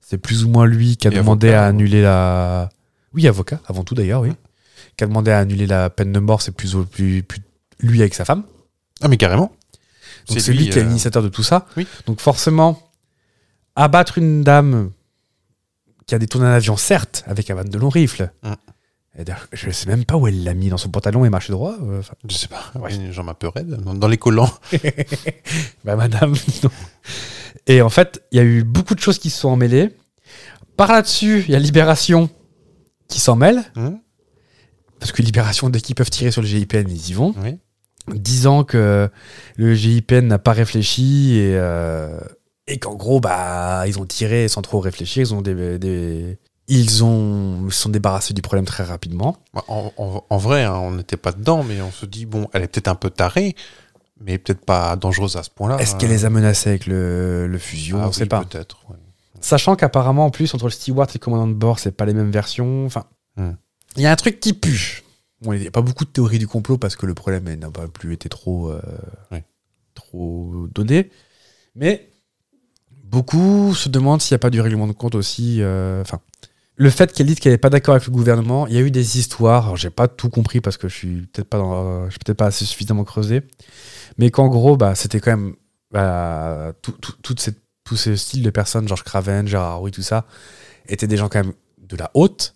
A: c'est plus ou moins lui qui a
B: Et
A: demandé
B: avocat,
A: à
B: ouais.
A: annuler la. Oui, avocat, avant tout d'ailleurs, oui. Qui a demandé à annuler la peine de mort, c'est plus, plus, plus lui avec sa femme.
B: Ah, mais carrément.
A: Donc c'est lui, qui est
B: euh,
A: l'initiateur de tout ça.
B: oui.
A: Donc forcément, abattre une dame qui a détourné un avion, certes, avec un van de long rifle.
B: Mm.
A: Et d'ailleurs, Je sais même pas où elle l'a mis, dans son pantalon et marché droit. euh, enfin,
B: Je sais pas.
A: Ouais.
B: J'en J'en m'appeurais, dans dans les collants.
A: bah madame, dis donc. Et en fait, il y a eu beaucoup de choses qui se sont emmêlées. Par là-dessus, il y a Libération qui s'en mêle.
B: Mhm.
A: Parce que Libération, dès qu'ils peuvent tirer sur le GIPN, ils y vont.
B: Oui.
A: disant que le GIPN n'a pas réfléchi et, euh, et qu'en gros, bah, ils ont tiré sans trop réfléchir. Ils ont des, des- ils ont ils se sont débarrassés du problème très rapidement.
B: Bah, En, en- en vrai, hein, on n'était pas dedans, mais on se dit, bon, elle est peut-être un peu tarée, mais peut-être pas dangereuse à ce point-là.
A: Est-ce qu'elle les a menacés avec le, le fusil
B: Ah
A: On ne
B: oui,
A: sait pas.
B: Peut-être. ouais.
A: Sachant qu'apparemment, en plus, entre le steward et le commandant de bord, c'est pas les mêmes versions. Enfin, il
B: Hmm.
A: y a un truc qui pue. Bon, il n'y a pas beaucoup de théories du complot parce que le problème elle, n'a pas plus été trop, euh,
B: Ouais.
A: trop donné. Mais beaucoup se demandent s'il n'y a pas du règlement de compte aussi. euh, Enfin, le fait qu'elle dise qu'elle n'est pas d'accord avec le gouvernement, il y a eu des histoires. Alors, j'ai pas tout compris parce que je suis peut-être pas, dans- euh, je suis peut-être pas assez suffisamment creusé. Mais qu'en gros, bah, c'était quand même bah, tout- tout- toute cette tous ces styles de personnes, Georges Craven, Gérard Rouy, tout ça, étaient des gens quand même de la haute.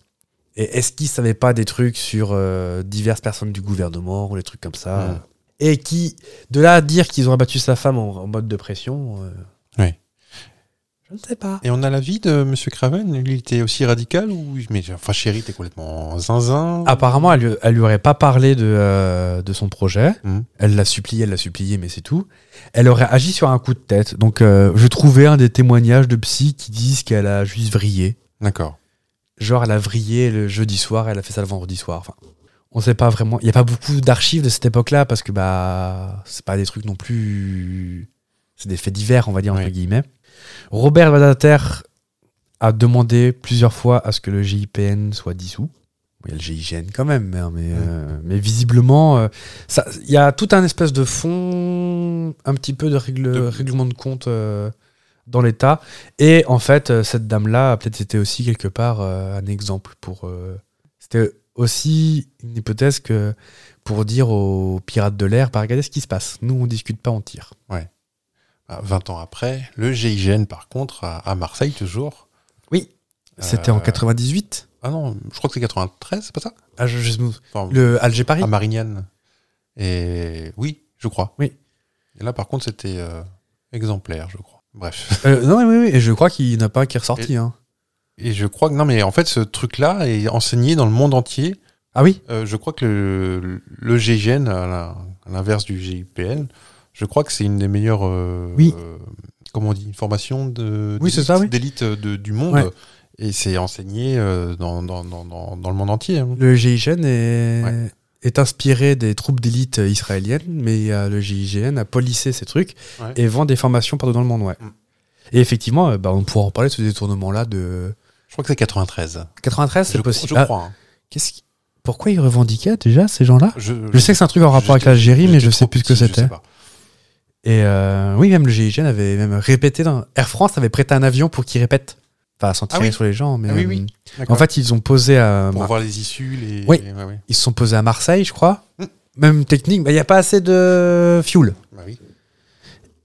A: Et est-ce qu'ils savaient pas des trucs sur euh, diverses personnes du gouvernement ou des trucs comme ça
B: Mm.
A: Et qui, de là à dire qu'ils ont abattu sa femme en, en mode de pression, euh,
B: Oui.
A: je ne sais pas.
B: Et on a l'avis de Monsieur Craven Il était aussi radical ou Mais enfin, chérie, t'es complètement zinzin.
A: Apparemment, elle, lui- elle lui aurait pas parlé de, euh, de son projet.
B: Mm.
A: Elle l'a supplié, elle l'a supplié, mais c'est tout. Elle aurait agi sur un coup de tête. Donc, euh, je trouvais un des témoignages de psy qui disent qu'elle a juste vrillé.
B: D'accord.
A: genre elle a vrillé le jeudi soir, elle a fait ça le vendredi soir. Enfin, on sait pas vraiment. Il y a pas beaucoup d'archives de cette époque-là parce que bah c'est pas des trucs non plus. C'est des faits divers, on va dire entre
B: Oui.
A: guillemets. Robert Badater a demandé plusieurs fois à ce que le GIPN soit dissous. Bon, Il y a le GIGN quand même, hein, mais, euh, mais visiblement, euh, ça- il y a tout un espèce de fond, un petit peu de, règle-
B: De-
A: règlement de compte euh, dans l'État. Et en fait, euh, cette dame-là, peut-être c'était aussi quelque part euh, un exemple pour. euh, c'était aussi une hypothèse que pour dire aux pirates de l'air, bah, regardez ce qui se passe. Nous, on discute pas, on tire.
B: Ah, 20 ans après, le GIGN, par contre, à, à Marseille, toujours.
A: Oui. C'était en
B: Euh,
A: 98
B: Ah non, je crois que c'est 93, c'est pas ça
A: ah, je, je-
B: Enfin,
A: Le Alger Paris
B: À Marignane. Et oui, je crois.
A: Oui.
B: Et là, par contre, c'était euh, exemplaire, je crois. Bref.
A: Euh, Non, oui, oui, oui, et je crois qu'il n'y en a pas un qui est ressorti. hein.
B: Et je crois que, non, mais en fait, ce truc-là est enseigné dans le monde entier.
A: Ah oui
B: Euh, je crois que le, le GIGN, à la- à l'inverse du GIPN, je crois que c'est une des meilleures. euh,
A: Oui.
B: euh, comment on dit Formation de-
A: Oui, c'est ça,
B: d'élite-
A: oui.
B: d'élite euh, de- du monde.
A: Ouais.
B: Et c'est enseigné euh, dans, dans, dans, dans, dans le monde entier. hein.
A: Le GIGN est,
B: Ouais.
A: est inspiré des troupes d'élite israéliennes, mais euh, le GIGN a polissé ces trucs
B: Ouais.
A: et vend des formations partout dans le monde. Ouais.
B: Mm.
A: Et effectivement, euh, bah, on pourra en parler de ce détournement-là de
B: Je crois que c'est 93.
A: 93,
B: Je,
A: c'est possible.
B: Je
A: Ah,
B: crois. hein.
A: qu'est-ce qui- Pourquoi ils revendiquaient déjà ces gens-là Je
B: je-
A: sais que c'est un truc en rapport avec
B: j'étais-
A: l'Algérie, mais
B: j'étais
A: je sais
B: trop
A: plus ce que
B: petit, je sais
A: c'était.
B: pas.
A: Et euh, oui, même le GIGN avait même répété. dans- Air France avait prêté un avion pour qu'ils répètent. Enfin, sans
B: Ah
A: tirer
B: oui.
A: sur les gens, mais.
B: Ah oui, oui.
A: euh, En fait, ils ont posé à.
B: pour voir les issues, les.
A: Oui.
B: ouais, ouais.
A: Ils se sont posés à Marseille, je crois.
B: Mm.
A: Même technique, bah, il n'y a pas assez de fuel.
B: Bah oui.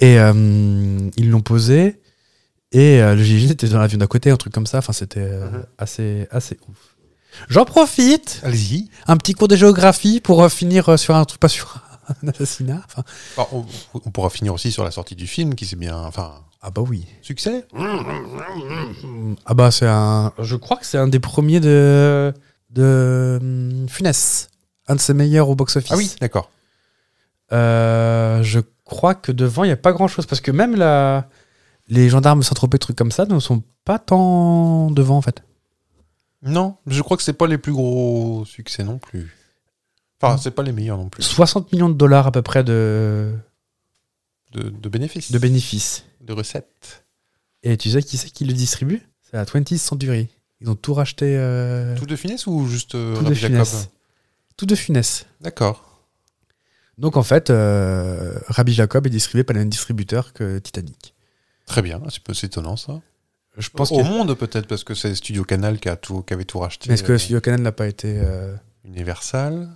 A: Et euh, ils l'ont posé. Et euh, le GIGN était dans l'avion d'à côté, un truc comme ça. Enfin, c'était euh,
B: Mhm.
A: assez, assez ouf. J'en profite,
B: Allez-y.
A: un petit cours de géographie pour euh, finir euh, sur un truc, pas sur un assassinat. Enfin,
B: Bah, on, on pourra finir aussi sur la sortie du film, qui c'est bien. Enfin,
A: ah bah oui.
B: succès.
A: Ah bah c'est un. Je crois que c'est un des premiers de. de. hum, Funès. Un de ses meilleurs au box-office.
B: Ah oui, d'accord.
A: Euh, je crois que devant, il n'y a pas grand-chose. Parce que même la, les gendarmes Saint-Tropez, trucs comme ça, ne sont pas tant devant, en fait.
B: Non, je crois que c'est pas les plus gros succès non plus. Enfin, c'est pas les meilleurs non plus.
A: 60 millions de dollars à peu près de,
B: De, de bénéfices.
A: de bénéfices.
B: de recettes.
A: Et tu sais qui c'est qui le distribue C'est la 20th Century. Ils ont tout racheté. euh,
B: Tout de finesse ou juste euh,
A: tout de
B: Rabbi Jacob
A: funès. Tout de funès.
B: D'accord.
A: Donc en fait, euh, Rabbi Jacob est distribué par le même distributeur que Titanic.
B: Très bien, c'est peu- c'est étonnant ça.
A: Je pense
B: Au
A: que.
B: monde peut-être, parce que c'est Studio Canal qui, a tout, qui avait tout racheté.
A: Mais est-ce que
B: euh,
A: Studio Canal n'a pas été. euh,
B: Universal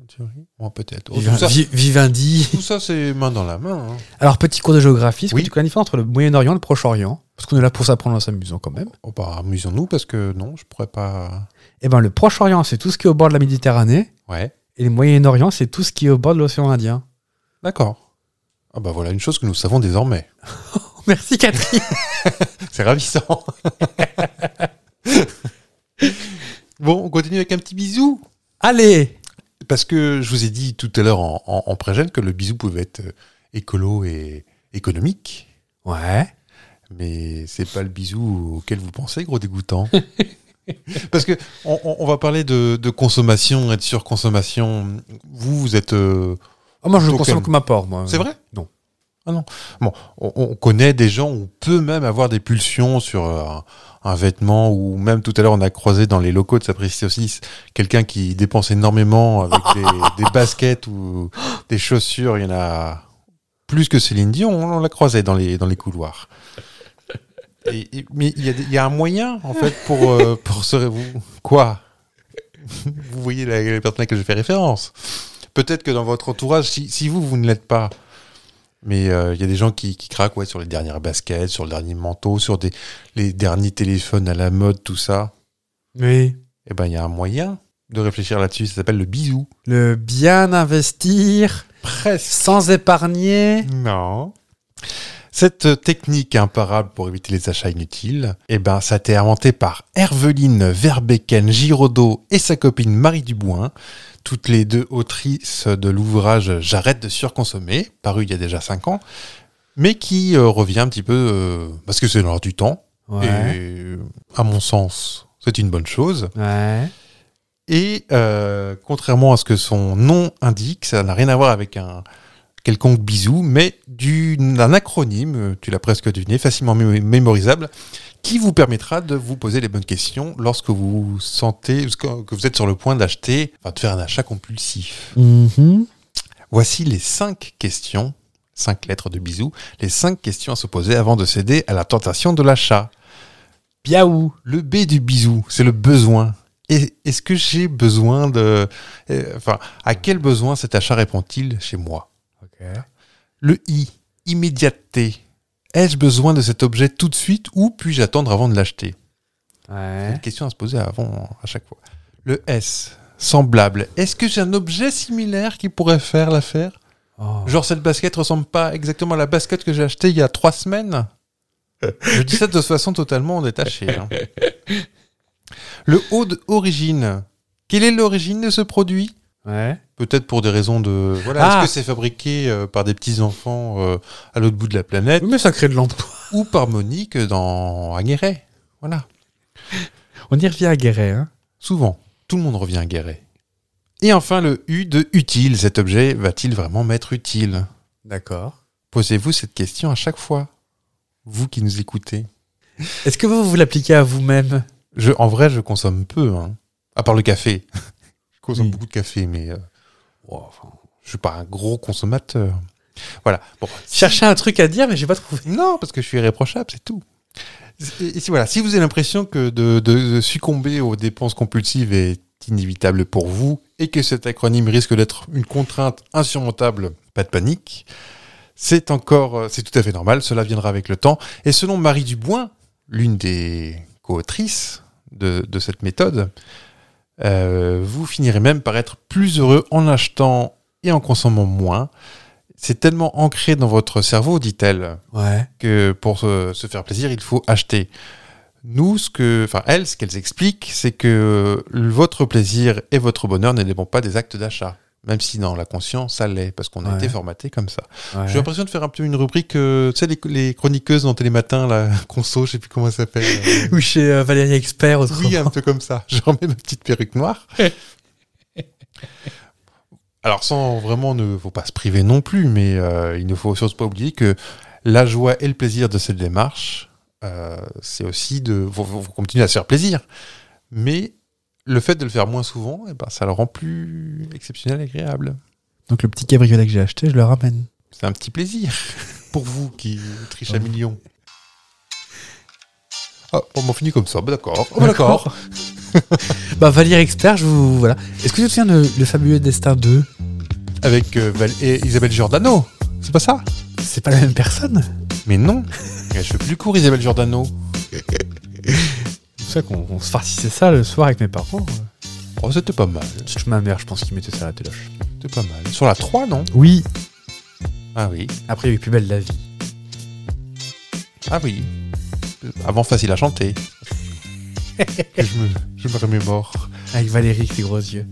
B: en théorie Ouais, peut-être. Oh, tout,
A: Vivin-
B: ça,
A: Vi- Vivendi.
B: tout ça, c'est main dans la main. hein.
A: Alors, petit cours de géographie, est-ce
B: Oui.
A: que tu connais la différence entre le Moyen-Orient et le Proche-Orient Parce qu'on est là pour s'apprendre en s'amusant quand même.
B: Oh, bah, amusons-nous, parce que non, je pourrais pas.
A: Eh ben, le Proche-Orient, c'est tout ce qui est au bord de la Méditerranée.
B: Ouais,
A: Et le Moyen-Orient, c'est tout ce qui est au bord de l'océan Indien.
B: d'accord. Ah, bah voilà une chose que nous savons désormais.
A: Merci, Catherine.
B: C'est ravissant. bon, on continue avec un petit bisou.
A: Allez
B: Parce que je vous ai dit tout à l'heure en, en, en pré-gêne que le bisou pouvait être euh, écolo et économique.
A: Ouais.
B: Mais c'est pas le bisou auquel vous pensez, gros dégoûtant. Parce que on, on- on va parler de, de consommation et de surconsommation. Vous, vous êtes. euh,
A: Oh, moi, je
B: Plutôt
A: consomme
B: calme.
A: comme apport, moi.
B: c'est vrai
A: euh, non.
B: Ah non. Bon, on, on connaît des gens, on peut même avoir des pulsions sur euh, un, un vêtement, ou même tout à l'heure, on a croisé dans les locaux de Sapristi aussi quelqu'un qui dépense énormément avec des, des baskets ou des chaussures. Il y en a plus que Céline Dion, on, on l'a croisé dans les, dans les couloirs. Et- et- mais il y, a des- il y a un moyen, en fait, pour, euh, pour se. Vous, quoi Vous voyez la, la personne à laquelle je fais référence. Peut-être que dans votre entourage, si, si vous, vous ne l'êtes pas, mais euh, il y a des gens qui, qui craquent ouais, sur les dernières baskets, sur le dernier manteau, sur des, les derniers téléphones à la mode, tout ça.
A: Oui.
B: Eh ben, il y a un moyen de réfléchir là-dessus. Ça s'appelle le bisou.
A: Le bien investir,
B: Presque.
A: sans épargner.
B: Non. Cette technique imparable pour éviter les achats inutiles, eh ben, ça a été inventé par Herveline Verbecken Giraudot et sa copine Marie Dubois, toutes les deux autrices de l'ouvrage J'arrête de surconsommer, paru il y a déjà 5 ans, mais qui euh, revient un petit peu, euh, parce que c'est l'heure du temps,
A: Ouais.
B: et euh, à mon sens, c'est une bonne chose.
A: Ouais.
B: Et euh, contrairement à ce que son nom indique, ça n'a rien à voir avec un quelconque bisou, mais d'une- d'un acronyme, euh, tu l'as presque deviné, facilement mé- mémorisable, qui vous permettra de vous poser les bonnes questions lorsque vous sentez que que vous êtes sur le point d'acheter, enfin de faire un achat compulsif.
A: Mhm.
B: Voici les cinq questions, cinq lettres de bisous, les cinq questions à se poser avant de céder à la tentation de l'achat.
A: Biaou.
B: Le B du bisou, c'est le besoin. Et- Est-ce que j'ai besoin de... euh, Enfin, à quel besoin cet achat répond-il chez moi Le I, immédiateté. Ai-je besoin de cet objet tout de suite ou puis-je attendre avant de l'acheter C'est
A: Ouais.
B: une question à se poser avant à chaque fois. Le S, semblable. Est-ce que j'ai un objet similaire qui pourrait faire l'affaire
A: Oh.
B: Genre cette basket ressemble pas exactement à la basket que j'ai achetée il y a trois semaines Je dis ça de façon totalement détachée. hein. Le haut de origine. Quelle est l'origine de ce produit
A: Ouais.
B: Peut-être pour des raisons de... Voilà,
A: Ah.
B: Est-ce que c'est fabriqué euh, par des petits-enfants euh, à l'autre bout de la planète
A: Mais ça crée de l'emploi.
B: ou par Monique dans Aguerret Voilà.
A: On y revient à Guéret, hein.
B: Souvent, tout le monde revient à Guéret. Et enfin, le U de utile. Cet objet va-t-il vraiment m'être utile
A: D'accord.
B: Posez-vous cette question à chaque fois. Vous qui nous écoutez.
A: Est-ce que vous, vous l'appliquez à vous-même
B: Je, en vrai, je consomme peu, hein. à part le café. je consomme
A: Oui.
B: beaucoup de café, mais euh, wow, enfin, je suis pas un gros consommateur. Voilà. Bon,
A: Chercher un truc à dire, mais j'ai pas trouvé.
B: Non, parce que je suis irréprochable, c'est tout. Et, et si, voilà, si vous avez l'impression que de, de- de succomber aux dépenses compulsives est inévitable pour vous et que cet acronyme risque d'être une contrainte insurmontable, pas de panique. C'est encore, euh, c'est tout à fait normal, cela viendra avec le temps. Et selon Marie Dubois, l'une des co-autrices de, de cette méthode, euh, vous finirez même par être plus heureux en achetant et en consommant moins. C'est tellement ancré dans votre cerveau, dit-elle,
A: Ouais.
B: que pour se, se faire plaisir, il faut acheter. Nous, ce que, enfin, elles, ce qu'elles expliquent, c'est que votre plaisir et votre bonheur ne dépendent pas des actes d'achat. Même si dans la conscience, ça l'est, parce qu'on a
A: Ouais.
B: été formaté comme ça.
A: Ouais.
B: J'ai l'impression de faire un peu une rubrique, euh, tu sais, les, les chroniqueuses dans Télématin, la conso, je sais plus comment ça s'appelle. euh,
A: Ou chez euh, Valérie Expert, autrement.
B: oui, un peu comme ça. Je remets ma petite perruque noire. Alors, sans vraiment, ne faut pas se priver non plus, mais euh, il ne faut surtout pas oublier que la joie et le plaisir de cette démarche, euh, c'est aussi de. Faut, faut- faut continuer à se faire plaisir. Mais le fait de le faire moins souvent, eh ben, ça le rend plus exceptionnel et agréable.
A: Donc le petit cabriolet que j'ai acheté, je le ramène.
B: C'est un petit plaisir pour vous qui trichez à
A: Ouais.
B: millions. Ah, on m'en finit comme ça, bah, d'accord. Oh, bah, d'accord.
A: bah Valérie Expert, je vous... Voilà. Est-ce que tu te souviens de Le Fabuleux Destin 2
B: Avec euh, Val- et Isabelle Giordano. C'est pas ça
A: C'est pas la même personne
B: Mais non. Elle fait plus court, Isabelle Giordano.
A: C'est pour ça qu'on on se farcissait ça le soir avec mes parents.
B: Oh, c'était pas mal.
A: C'est ma mère, je pense, qui mettait ça à la téloche.
B: C'était pas mal. Sur la 3, non
A: Oui.
B: Ah oui.
A: Après, il y a eu Plus belle la vie.
B: Ah oui. Avant, facile à chanter. Que je, me, je me remémore.
A: Avec Valérie avec ses gros yeux.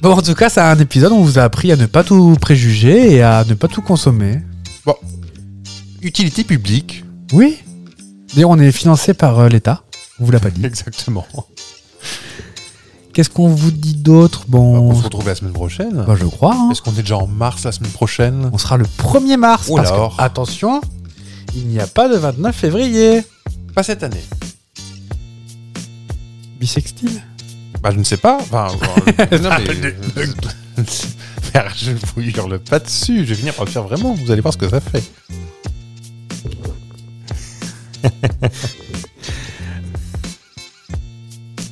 A: Bon, en tout cas, c'est un épisode où on vous a appris à ne pas tout préjuger et à ne pas tout consommer.
B: Utilité publique.
A: Oui. D'ailleurs, on est financé par euh, l'État. On vous l'a pas dit.
B: Exactement.
A: Qu'est-ce qu'on vous dit d'autre
B: Bah,
A: Bon,
B: on se retrouve la semaine prochaine.
A: bah, je crois. hein.
B: Est-ce qu'on est déjà en mars la semaine prochaine
A: On sera le 1er mars.
B: Oh
A: parce
B: là
A: que,
B: or.
A: attention, il n'y a pas de 29 février.
B: Pas cette année.
A: Bisextile
B: Bah, je ne sais pas. Enfin, euh, non, mais...
A: de-
B: Merde, je ne vous hurle pas dessus. Je vais venir refaire vraiment. Vous allez voir ce que ça fait.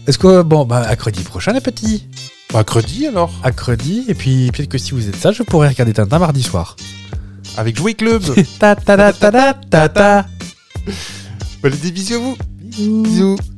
A: Est-ce que, bon, bah, mercredi prochain, les petits.
B: Mercredi, Bah, alors
A: Mercredi, et puis peut-être que si vous êtes sage, vous pourrez regarder Tintin mardi soir.
B: Avec Jouer Club.
A: ta ta ta ta ta ta ta.
B: Allez, des bisous à vous.
A: Bisous.
B: Bisous.